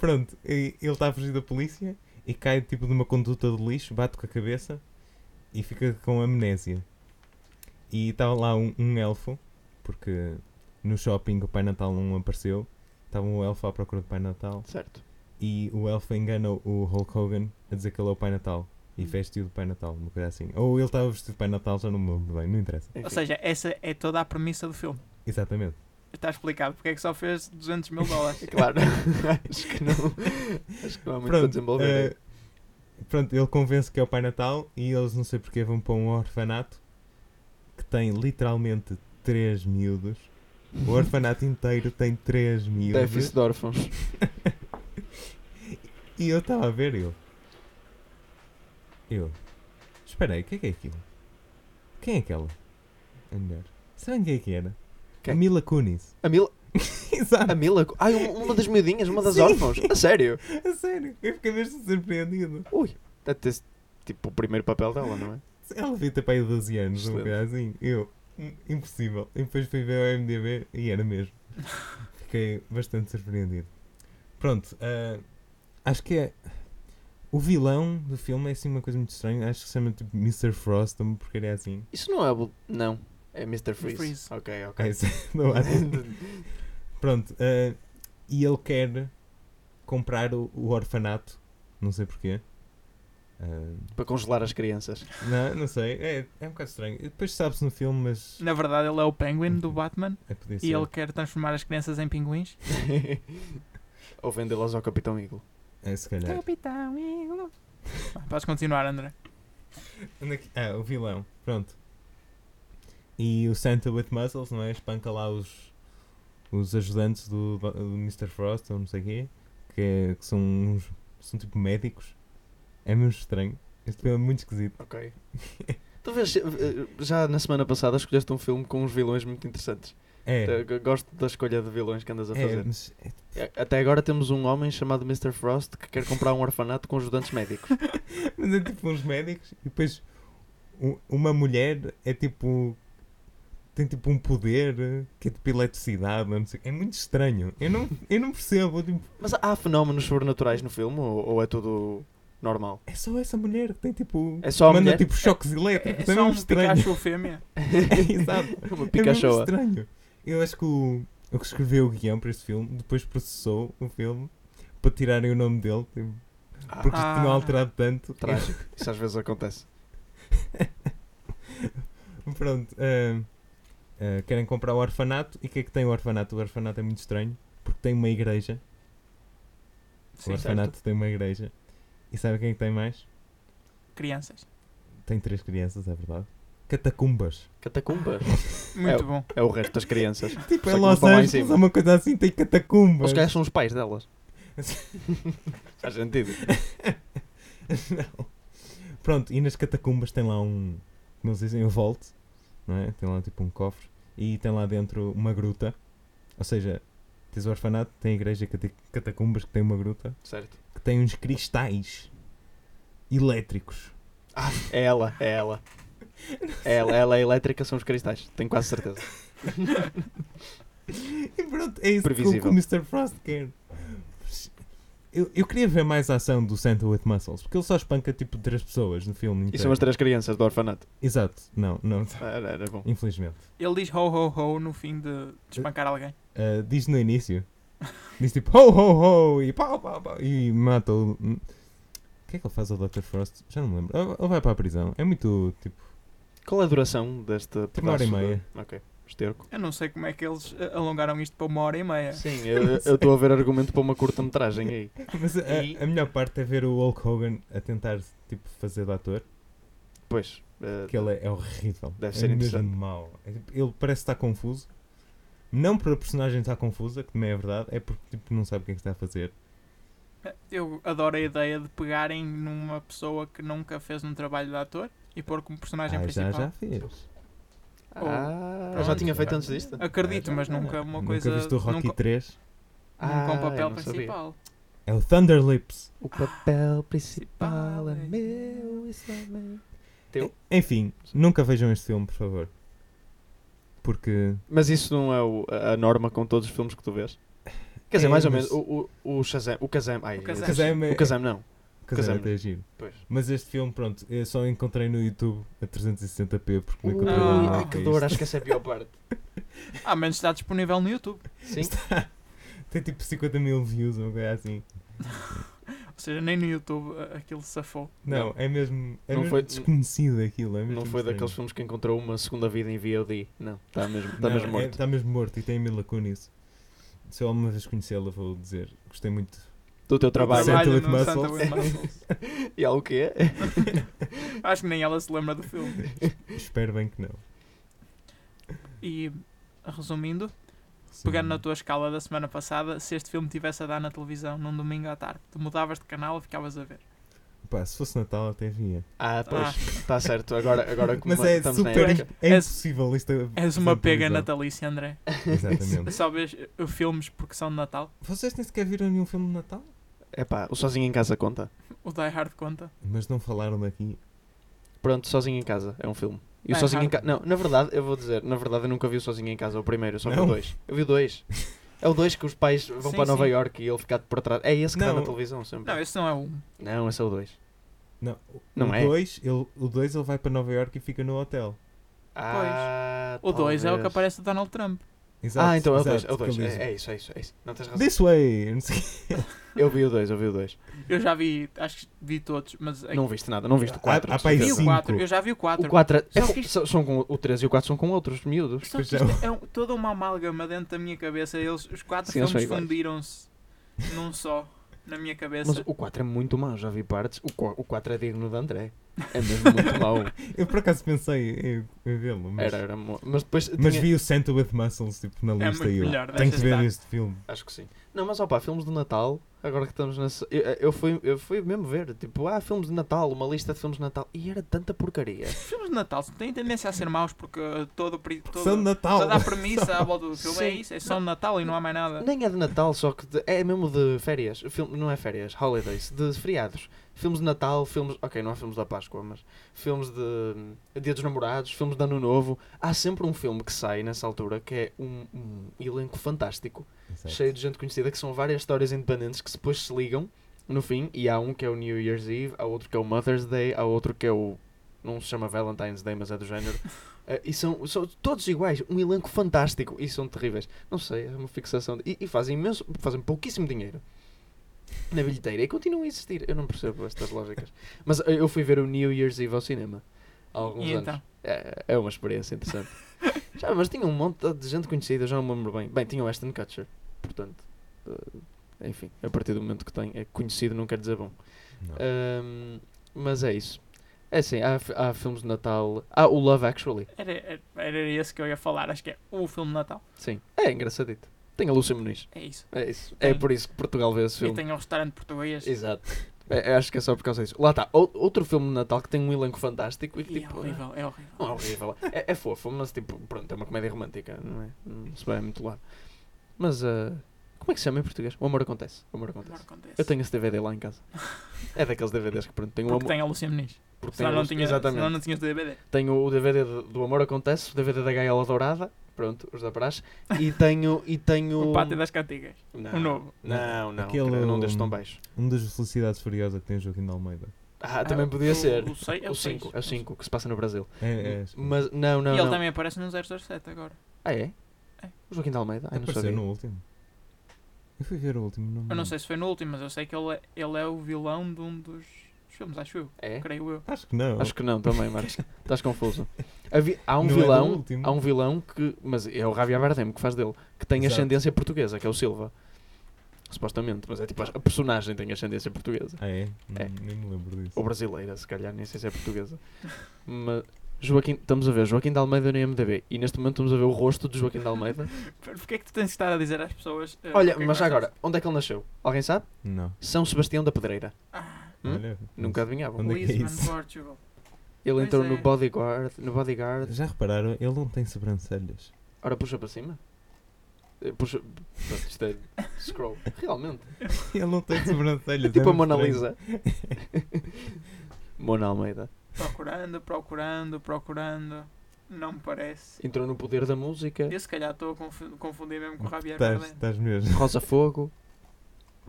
Speaker 4: Pronto, e ele está a fugir da polícia e cai tipo de uma conduta de lixo, bate com a cabeça e fica com amnésia. E estava lá um, um elfo, porque no shopping o Pai Natal não apareceu, estava um elfo à procura do Pai Natal
Speaker 3: Certo.
Speaker 4: e o elfo engana o Hulk Hogan a dizer que ele é o Pai Natal e
Speaker 2: Hum.
Speaker 4: vestiu de Pai Natal, uma coisa assim. Ou ele estava vestido de Pai Natal, já não me lembro bem, não interessa.
Speaker 2: ou
Speaker 3: Enfim.
Speaker 2: seja, essa é toda a premissa do filme.
Speaker 4: Exatamente.
Speaker 2: Está explicado porque é que só fez 200 mil dólares.
Speaker 3: É Claro, acho que não, acho que não há muito para desenvolver. né?
Speaker 4: eh, pronto, ele convence que é o Pai Natal e eles não sei porque vão para um orfanato que tem literalmente 3 miúdos. O orfanato inteiro tem 3
Speaker 3: Déficit
Speaker 4: miúdos.
Speaker 3: de órfãos.
Speaker 4: E eu estava a ver eu. Eu. Espera aí, o que é que é aquilo? Quem é aquela? É melhor. Sabem quem é que era?
Speaker 3: Quem?
Speaker 4: A Mila Kunis.
Speaker 3: A Mila,
Speaker 4: Exato.
Speaker 3: a Mila, ai, um- uma das miudinhas, uma das
Speaker 4: Sim.
Speaker 3: órfãos, a sério.
Speaker 4: A sério. Eu fiquei mesmo surpreendido.
Speaker 3: Ui, deve ter sido, tipo o primeiro papel dela, não é?
Speaker 4: Ela devia ter para aí 12 anos, um
Speaker 3: Excelente.
Speaker 4: bocado assim. Eu, hum, impossível. E depois fui ver o MDB e era mesmo. Fiquei bastante surpreendido. Pronto, ah, acho que é. O vilão do filme é assim uma coisa muito estranha. Acho que se chama tipo Mr. Frost, uma porcaria assim.
Speaker 3: Isso não é, o- não, é Mr. Freeze.
Speaker 2: Freeze.
Speaker 3: Ok, ok.
Speaker 4: É isso, não há dúvida. Pronto, ah, e ele quer comprar o, o orfanato, não sei porquê. Ah,
Speaker 3: para congelar as crianças.
Speaker 4: não, não sei, é, é um bocado estranho. E Depois sabe-se no filme, mas
Speaker 2: Na verdade, ele é o Penguin do Batman
Speaker 4: é podia
Speaker 2: e
Speaker 4: ser.
Speaker 2: ele quer transformar as crianças em pinguins.
Speaker 3: Ou vendê-las ao Capitão Eagle.
Speaker 4: É, se calhar.
Speaker 2: Capitão Iglo. Ah, Podes continuar, André.
Speaker 4: Onde é que- Ah, o vilão, pronto. E o Santa with Muscles, não é? Espanca lá os, os ajudantes do, do Mr. Frost ou não sei o quê, que, que são uns, são tipo médicos. É mesmo estranho. Este filme é muito esquisito.
Speaker 3: Ok. tu vês, eh, já na semana passada escolheste um filme com uns vilões muito interessantes.
Speaker 4: É,
Speaker 3: Eu g- Gosto da escolha de vilões que andas a
Speaker 4: é,
Speaker 3: fazer.
Speaker 4: mas é-
Speaker 3: A- Até agora temos um homem chamado Mr. Frost que quer comprar um orfanato com ajudantes médicos.
Speaker 4: mas é tipo uns médicos e depois u- uma mulher é tipo. Tem tipo um poder eh, que é tipo eletricidade, não sei. É muito estranho. Eu não, eu não percebo. tipo,
Speaker 3: Mas há fenómenos sobrenaturais no filme ou, ou é tudo normal?
Speaker 4: é só essa mulher que tem tipo.
Speaker 3: É só a
Speaker 4: manda
Speaker 3: mulher?
Speaker 4: tipo choques
Speaker 2: É, é
Speaker 4: elétricos. É,
Speaker 2: só um
Speaker 4: mesmo estranho.
Speaker 2: Pikachu fêmea.
Speaker 4: Exato.
Speaker 3: Uma
Speaker 4: É mesmo
Speaker 3: Pikachu.
Speaker 4: estranho. Eu acho que o, o que escreveu o guião para este filme depois processou o filme para tirarem o nome dele tipo, porque
Speaker 2: Ah.
Speaker 4: tinham alterado tanto.
Speaker 3: Trágico. Isso às vezes acontece.
Speaker 4: Pronto. ah, ah, querem comprar o orfanato. E o que é que tem o orfanato? O orfanato é muito estranho porque tem uma igreja. o
Speaker 2: Sim,
Speaker 4: orfanato tem uma igreja. E sabe quem é que tem mais?
Speaker 2: crianças.
Speaker 4: Tem três crianças, é verdade. Catacumbas.
Speaker 3: Catacumbas.
Speaker 2: Muito
Speaker 3: É.
Speaker 2: bom.
Speaker 3: É o resto das crianças.
Speaker 4: Tipo,
Speaker 3: Só
Speaker 4: é
Speaker 3: que não
Speaker 4: Los
Speaker 3: estão lá em
Speaker 4: Angeles,
Speaker 3: cima.
Speaker 4: é uma coisa assim, tem
Speaker 3: Ou
Speaker 4: catacumbas.
Speaker 3: se calhar são os pais delas. Faz sentido.
Speaker 4: não. Pronto, e nas catacumbas tem lá um. Como eles dizem, um vault, não é? Tem lá tipo um cofre. E tem lá dentro uma gruta. Ou seja, tens o orfanato, tem a igreja cate- catacumbas que tem uma gruta.
Speaker 3: Certo.
Speaker 4: Que tem uns cristais elétricos.
Speaker 3: Ah, é ela, é ela. É ela, ela é elétrica, são os cristais. Tenho quase certeza.
Speaker 4: E pronto, é isso que o- que
Speaker 3: Previsível.
Speaker 4: o Mr. Frost quer. Eu, eu queria ver mais a ação do Santa with Muscles, porque ele só espanca tipo três pessoas no filme.
Speaker 3: E
Speaker 4: Inteiro.
Speaker 3: são as três crianças do orfanato.
Speaker 4: Exato, não, não,
Speaker 3: Ah, Era, era bom.
Speaker 4: infelizmente.
Speaker 2: Ele diz ho ho ho no fim de, de espancar alguém.
Speaker 4: Uh, diz no início. Diz tipo ho ho ho e pau pau pau e mata o. O que é que ele faz ao Dr. Frost? Já não me lembro. Ele- Ele vai para a prisão. É muito tipo.
Speaker 3: Qual é a duração deste pedaço?
Speaker 4: Uma hora e
Speaker 3: de-
Speaker 4: meia.
Speaker 3: Ok. Esterco.
Speaker 2: Eu não sei como é que eles eh, alongaram isto para uma hora e meia.
Speaker 3: Sim, eu- eu estou a ver argumento para uma curta-metragem aí.
Speaker 4: Mas a,
Speaker 3: E-
Speaker 4: a melhor parte é ver o Hulk Hogan a tentar tipo, fazer de ator.
Speaker 3: Pois. eh,
Speaker 4: Que ele é, é horrível.
Speaker 3: Deve
Speaker 4: é
Speaker 3: ser
Speaker 4: mesmo
Speaker 3: interessante.
Speaker 4: mau. É, tipo, ele parece estar confuso. Não por a personagem estar confusa, que também é verdade, é porque tipo, não sabe o que é que está a fazer.
Speaker 2: Eu adoro a ideia de pegarem numa pessoa que nunca fez um trabalho de ator e pôr como personagem
Speaker 4: Ah, já,
Speaker 2: principal.
Speaker 4: já fez.
Speaker 3: Ah,
Speaker 2: Pronto.
Speaker 3: já tinha feito antes disto?
Speaker 2: Acredito,
Speaker 4: Ah, já,
Speaker 2: mas
Speaker 4: já, já.
Speaker 2: nunca é uma
Speaker 4: nunca
Speaker 2: coisa.
Speaker 4: viste o Rocky
Speaker 2: nunca,
Speaker 4: 3?
Speaker 2: nunca um
Speaker 3: Ah, eu
Speaker 2: papel
Speaker 3: não sabia.
Speaker 2: principal.
Speaker 4: É o Thunder Lips.
Speaker 3: O papel principal
Speaker 2: é
Speaker 3: é meu, isso é meu. Teu?
Speaker 4: Enfim, nunca vejam este filme, por favor. Porque.
Speaker 3: Mas isso não é o- a a norma com todos os filmes que tu vês? Quer dizer,
Speaker 4: É,
Speaker 3: mais ou
Speaker 4: mas-
Speaker 3: menos, o, o, o Shazam, o Kazam, ai,
Speaker 2: O Kazam.
Speaker 3: o
Speaker 4: Kazam é-
Speaker 3: o Kazam não.
Speaker 4: Casar
Speaker 3: Kazam.
Speaker 4: até é giro.
Speaker 3: Pois.
Speaker 4: Mas este filme, pronto, eu só encontrei no YouTube a 360p porque não
Speaker 3: Ui,
Speaker 4: encontrei
Speaker 2: Ah,
Speaker 4: lá.
Speaker 3: ai, que dor, acho que essa é a pior parte.
Speaker 2: Ah, mas está disponível no YouTube.
Speaker 3: Sim?
Speaker 4: Tem tipo 50 mil views, uma coisa assim.
Speaker 2: Ou seja, nem no YouTube eh, aquilo se safou.
Speaker 4: Não, é mesmo. É
Speaker 3: Não
Speaker 4: mesmo
Speaker 3: foi-
Speaker 4: desconhecido aquilo. É mesmo
Speaker 3: Não foi
Speaker 4: estranho.
Speaker 3: daqueles filmes que encontrou uma segunda vida em VOD. Não, está mesmo, tá
Speaker 4: Não,
Speaker 3: mesmo
Speaker 4: é-
Speaker 3: morto.
Speaker 4: Está mesmo morto e tem Mila Kunis. Se eu alguma vez conhecê-la, vou dizer. Gostei muito.
Speaker 3: Do teu trabalho.
Speaker 4: Santa with
Speaker 2: no Santa
Speaker 4: Muscles.
Speaker 2: with Muscles.
Speaker 3: E é? há o quê?
Speaker 2: Acho que nem ela se lembra do filme.
Speaker 4: Espero bem que não.
Speaker 2: E resumindo,
Speaker 4: Sim.
Speaker 2: pegando na tua escala da semana passada, se este filme tivesse a dar na televisão num domingo à tarde, tu mudavas de canal e ficavas a ver.
Speaker 4: Pá, se fosse Natal, até via.
Speaker 3: Ah, pois, está certo. Agora, agora como
Speaker 4: Mas é
Speaker 3: estamos na
Speaker 4: super.
Speaker 3: época-
Speaker 4: É
Speaker 2: És-
Speaker 4: impossível isto.
Speaker 2: És uma pega natalícia, André.
Speaker 4: Exatamente.
Speaker 2: Só vês eh, filmes porque são de Natal.
Speaker 4: Vocês nem sequer viram nenhum filme de Natal?
Speaker 2: Ah.
Speaker 3: Epá, o Sozinho em Casa conta.
Speaker 2: O Die Hard conta.
Speaker 4: Mas não falaram daqui.
Speaker 3: Pronto, Sozinho em Casa é um filme. E o
Speaker 2: Bem,
Speaker 3: Sozinho em Casa.
Speaker 2: rápido.
Speaker 3: Não, na verdade, eu vou dizer, na verdade eu nunca vi o Sozinho em Casa, o primeiro, eu só vi
Speaker 4: Não?
Speaker 3: o dois. Eu vi o dois. É o dois que os pais vão
Speaker 2: Sim,
Speaker 3: para Nova
Speaker 2: sim.
Speaker 3: York e ele fica por trás. É esse que está
Speaker 4: Não.
Speaker 3: na televisão sempre.
Speaker 2: Não,
Speaker 3: Não,
Speaker 2: esse não é um.
Speaker 3: esse é o dois.
Speaker 4: Não, o-
Speaker 3: Não
Speaker 4: o
Speaker 3: é?
Speaker 4: Dois, ele, o 2 ele vai para Nova York e fica no hotel.
Speaker 3: Ah,
Speaker 2: O 2 é o que
Speaker 3: talvez.
Speaker 2: aparece o Donald Trump.
Speaker 4: Exato.
Speaker 3: Ah, então é o
Speaker 4: exato,
Speaker 3: dois, é o
Speaker 4: que ele
Speaker 3: dois.
Speaker 4: diz,
Speaker 3: É, é isso, é isso, é isso. Não tens razão.
Speaker 4: This way! Não sei.
Speaker 3: Eu vi o dois, eu vi o dois.
Speaker 2: Eu já vi, acho que vi todos, mas é
Speaker 3: Não viste nada, não viste o
Speaker 4: Há-
Speaker 3: 4.
Speaker 4: há para aí
Speaker 2: vi
Speaker 4: cinco.
Speaker 2: ah, o 4. Eu já vi o 4.
Speaker 3: O 4
Speaker 2: Só que isto-
Speaker 3: são com o 3 e o 4 são com outros miúdos.
Speaker 2: Só que
Speaker 4: Pois é.
Speaker 2: isto é um- toda uma amálgama dentro da minha cabeça. Eles, os quatro
Speaker 3: Sim, eles são
Speaker 2: filmes
Speaker 3: iguais.
Speaker 2: fundiram-se num só. na minha cabeça.
Speaker 3: Mas o 4 é muito mau, já vi partes. O qua- o 4 é digno de André. É mesmo muito mau.
Speaker 4: Eu por acaso pensei em, em vê-lo, mas,
Speaker 3: Era, era mo- Mas depois.
Speaker 4: mas
Speaker 3: tinha-
Speaker 4: vi o Santa with Muscles tipo, na
Speaker 2: É
Speaker 4: lista
Speaker 2: muito
Speaker 4: e eu
Speaker 2: melhor,
Speaker 4: tenho
Speaker 2: deixa
Speaker 4: que ver
Speaker 2: estar."
Speaker 4: este filme.
Speaker 3: Acho que sim. Não, mas opá, filmes de Natal, agora que estamos nessa. Eu, eu fui, eu fui mesmo ver, tipo, ah, filmes de Natal, uma lista de filmes de Natal. E era tanta porcaria.
Speaker 2: Os filmes de Natal têm tendência a ser maus porque uh, todo, o pri- todo,
Speaker 4: São de Natal!
Speaker 2: toda a premissa à volta do filme é
Speaker 3: Sim.
Speaker 2: isso, é só de Natal e não há mais nada.
Speaker 3: Nem é de Natal, só que de- é mesmo de férias. O Filme, não é férias, holidays, de feriados. Filmes de Natal, filmes. Ok, não há filmes da Páscoa, mas filmes de hum, Dia dos Namorados, filmes de Ano Novo. Há sempre um filme que sai nessa altura que é um, um elenco fantástico,
Speaker 4: Exato.
Speaker 3: cheio de gente conhecida, que são várias histórias independentes que depois se ligam no fim. E há um que é o New Year's Eve, há outro que é o Mother's Day, há outro que é o. Não se chama Valentine's Day, mas é do género. Eh, e são, são todos iguais, um elenco fantástico e são terríveis. Não sei, é uma fixação. de- e, e fazem imenso, fazem pouquíssimo dinheiro na bilheteira e continuam a existir. Eu não percebo estas lógicas. Mas eh, eu fui ver o New Year's Eve ao cinema há alguns
Speaker 2: E
Speaker 3: anos.
Speaker 2: então?
Speaker 3: É, é uma experiência interessante. já, mas tinha um monte de gente conhecida, já não me lembro bem. Bem, tinha o Ashton Kutcher, portanto. eh, enfim, a partir do momento que tem, é conhecido, não quer dizer bom.
Speaker 4: Não.
Speaker 3: Ahm, mas é isso. É assim, há, fi- há filmes de Natal. Há o Love Actually.
Speaker 2: Era, era, era esse que eu ia falar, acho que é o filme de Natal.
Speaker 3: Sim. É engraçadito. Tem a Lúcia Muniz.
Speaker 2: É isso.
Speaker 3: É isso.
Speaker 2: Tem.
Speaker 3: É por isso que Portugal vê esse
Speaker 2: E
Speaker 3: filme.
Speaker 2: tem um restaurante português.
Speaker 3: Exato. É- é- acho que é só por causa disso. Lá está. ou- Outro filme de Natal que tem um elenco fantástico e que
Speaker 2: E é
Speaker 3: tipo.
Speaker 2: horrível, é horrível.
Speaker 3: Não é horrível. É, é fofo, mas tipo, pronto, é uma comédia romântica, não é? Não se vai muito lá. Mas ah, como é que se chama em português? O amor acontece. O amor
Speaker 2: Agora
Speaker 3: acontece.
Speaker 2: acontece.
Speaker 3: Eu tenho esse DVD lá em casa. É daqueles DVDs que pronto, tem o
Speaker 2: Porque
Speaker 3: amor.
Speaker 2: tem a Lucia Muniz.
Speaker 3: porque tem
Speaker 2: Senão
Speaker 3: o-
Speaker 2: não, tinha,
Speaker 3: Exatamente.
Speaker 2: senão não tinhas DVD.
Speaker 3: Tenho o DVD do, do Amor Acontece, o DVD da Gaiola Dourada, pronto, os da Brás, e tenho. E tenho
Speaker 2: O Pátio das Cantigas.
Speaker 3: não,
Speaker 2: o novo.
Speaker 3: Não, não,
Speaker 4: Aquele-
Speaker 3: eu não deixo tão baixo.
Speaker 4: Um dos Felicidades Furiosa que tem é o Joaquim de Almeida.
Speaker 3: Ah,
Speaker 2: Ah,
Speaker 3: também
Speaker 2: o-
Speaker 3: podia
Speaker 2: o-
Speaker 3: ser.
Speaker 2: O 5 é
Speaker 3: O 5, é o 5, que se passa no Brasil.
Speaker 4: É, é,
Speaker 3: Mas, não, não,
Speaker 2: e ele
Speaker 3: não.
Speaker 2: também aparece no 007 agora.
Speaker 3: Ah, é?
Speaker 2: É.
Speaker 3: O Joaquim de Almeida? Ai, não
Speaker 4: Apareceu
Speaker 3: sabia.
Speaker 4: no último. Eu fui ver o último. Não, me
Speaker 2: Eu não
Speaker 3: Hum.
Speaker 4: lembro.
Speaker 2: sei se foi no último, mas eu sei que ele é, ele é o vilão de um dos, dos filmes, acho eu.
Speaker 3: É?
Speaker 2: Creio eu.
Speaker 4: Acho que não.
Speaker 3: Acho que não, também, Marcos. Estás confuso. Havia- há um
Speaker 4: Tá Não é do
Speaker 3: vilão,
Speaker 4: último.
Speaker 3: há um vilão que, mas é o Javier Bardem que faz dele, que tem
Speaker 4: Exato.
Speaker 3: ascendência portuguesa, que é o Silva. Supostamente, mas é tipo, a personagem tem ascendência portuguesa.
Speaker 4: Ah, é?
Speaker 3: É.
Speaker 4: Nem me lembro disso.
Speaker 3: Ou brasileira, se calhar, nem sei se é portuguesa. Mas Joaquim, estamos a ver Joaquim de Almeida no IMDB e neste momento estamos a ver o rosto de Joaquim de Almeida.
Speaker 2: Porquê é que tu tens de estar a dizer às pessoas. eh,
Speaker 3: Olha,
Speaker 2: porque
Speaker 3: mas já
Speaker 2: gostas?
Speaker 3: agora, onde é que ele nasceu? Alguém sabe?
Speaker 4: Não.
Speaker 3: São Sebastião da Pedreira.
Speaker 2: Ah,
Speaker 3: Hum?
Speaker 4: Olha,
Speaker 3: Nunca adivinhavam.
Speaker 4: Onde é que é
Speaker 2: Policeman
Speaker 4: isso?
Speaker 2: Portugal.
Speaker 3: Ele
Speaker 2: Pois
Speaker 3: entrou no
Speaker 2: é.
Speaker 3: Bodyguard, no Bodyguard.
Speaker 4: Já repararam? Ele não tem sobrancelhas.
Speaker 3: Ora, puxa para cima. Eh, Puxa. Pronto, isto é scroll. Realmente.
Speaker 4: Ele não tem sobrancelhas.
Speaker 3: É tipo
Speaker 4: é
Speaker 3: a Mona
Speaker 4: muito estranho.
Speaker 3: Lisa. Mona Almeida.
Speaker 2: Procurando, procurando, procurando. Não me parece.
Speaker 3: Entrou no poder da música.
Speaker 2: Eu se calhar estou a confu- confundir mesmo com o Javier
Speaker 4: Estás,
Speaker 2: Bardem.
Speaker 4: estás mesmo.
Speaker 3: Rosa Fogo.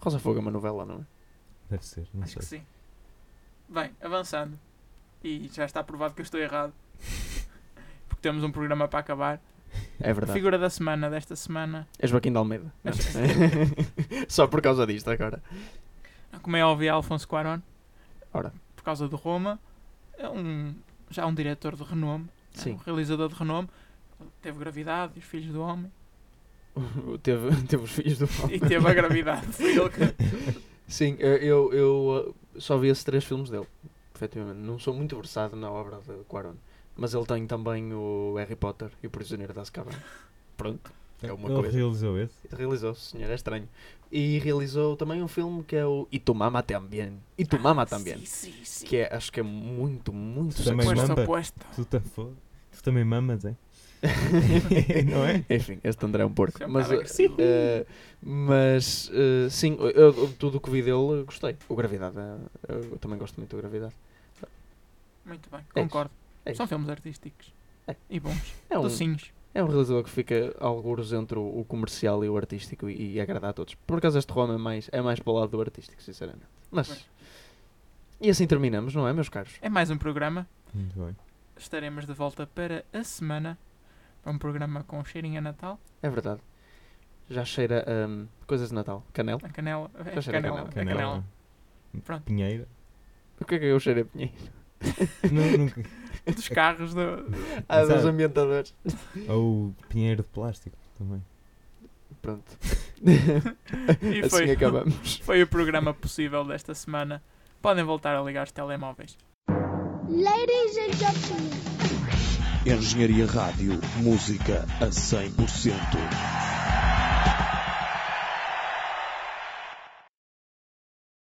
Speaker 3: Rosa Fogo é uma novela, não é?
Speaker 4: Deve ser, não
Speaker 2: Acho que
Speaker 4: sei.
Speaker 2: sim. Bem, avançando. E já está provado que eu estou errado. Porque temos um programa para acabar.
Speaker 3: É
Speaker 2: A
Speaker 3: verdade.
Speaker 2: figura da semana desta semana,
Speaker 3: É Joaquim de Almeida. Não.
Speaker 2: Acho que
Speaker 3: Só por causa disto agora.
Speaker 2: como é óbvio, é Alfonso Cuarón.
Speaker 3: Ora.
Speaker 2: Por causa de Roma. É um, já um diretor de renome. é Um
Speaker 3: Sim.
Speaker 2: realizador de renome. Teve gravidade e os filhos do homem.
Speaker 3: teve, teve os filhos do mal.
Speaker 2: E teve a gravidade. Foi ele que
Speaker 3: Sim, eh, eu, eu eh, só vi esses três filmes dele. Efetivamente. Não sou muito versado na obra de Cuarón. Mas ele tem também o Harry Potter e o Prisioneiro da Azkaban. Pronto. É uma
Speaker 4: Ele
Speaker 3: coisa.
Speaker 4: realizou esse.
Speaker 3: Realizou, senhor, é estranho. E realizou também um filme que é o E Tu Mama Também. E Tu Mama Ah, Também.
Speaker 2: Ah, Sim, sim, sim.
Speaker 3: Que é, acho que é muito, muito
Speaker 4: Também
Speaker 3: sexual.
Speaker 2: Posto,
Speaker 4: mamba.
Speaker 2: posto.
Speaker 4: Tu, tá fo- tu também mamas, é? Não é?
Speaker 3: Enfim, este André é um porco.
Speaker 2: Isso é um
Speaker 3: mas,
Speaker 2: bocado agressivo.
Speaker 3: eh, mas eh, sim, eu- eu- tudo o que vi dele eu gostei. O Gravidade, eh, eu também gosto muito do Gravidade.
Speaker 2: Muito bem,
Speaker 3: É
Speaker 2: concordo.
Speaker 3: É,
Speaker 2: São
Speaker 3: isso.
Speaker 2: filmes artísticos.
Speaker 3: É.
Speaker 2: E bons.
Speaker 3: é, um,
Speaker 2: Docinhos.
Speaker 3: é um realizador que fica alguros entre o, o comercial e o artístico e, e agrada a todos. Por acaso este Roma é mais, é mais para o lado do artístico, sinceramente. Mas. E assim terminamos, não é, meus caros?
Speaker 2: É mais um programa.
Speaker 4: Muito bem.
Speaker 2: Estaremos de volta para a semana. Para um programa com cheirinho a Natal.
Speaker 3: É verdade. Já cheira hum, coisas de Natal. Canela.
Speaker 2: A canela. É
Speaker 3: Já cheira a
Speaker 2: canela.
Speaker 3: canela.
Speaker 2: é canela. Pronto.
Speaker 4: Pinheira.
Speaker 3: O que é que eu cheiro a pinheiro?
Speaker 4: Não, nunca.
Speaker 2: Dos carros. Do...
Speaker 3: Ah, dos
Speaker 4: Exato.
Speaker 3: ambientadores.
Speaker 4: Ou pinheiro de plástico também.
Speaker 3: Pronto.
Speaker 2: E
Speaker 3: assim
Speaker 2: foi.
Speaker 3: acabamos.
Speaker 2: Foi o programa possível desta semana. Podem voltar a ligar os telemóveis.
Speaker 6: Ladies and gentlemen.
Speaker 7: Engenharia Rádio, música a 100%.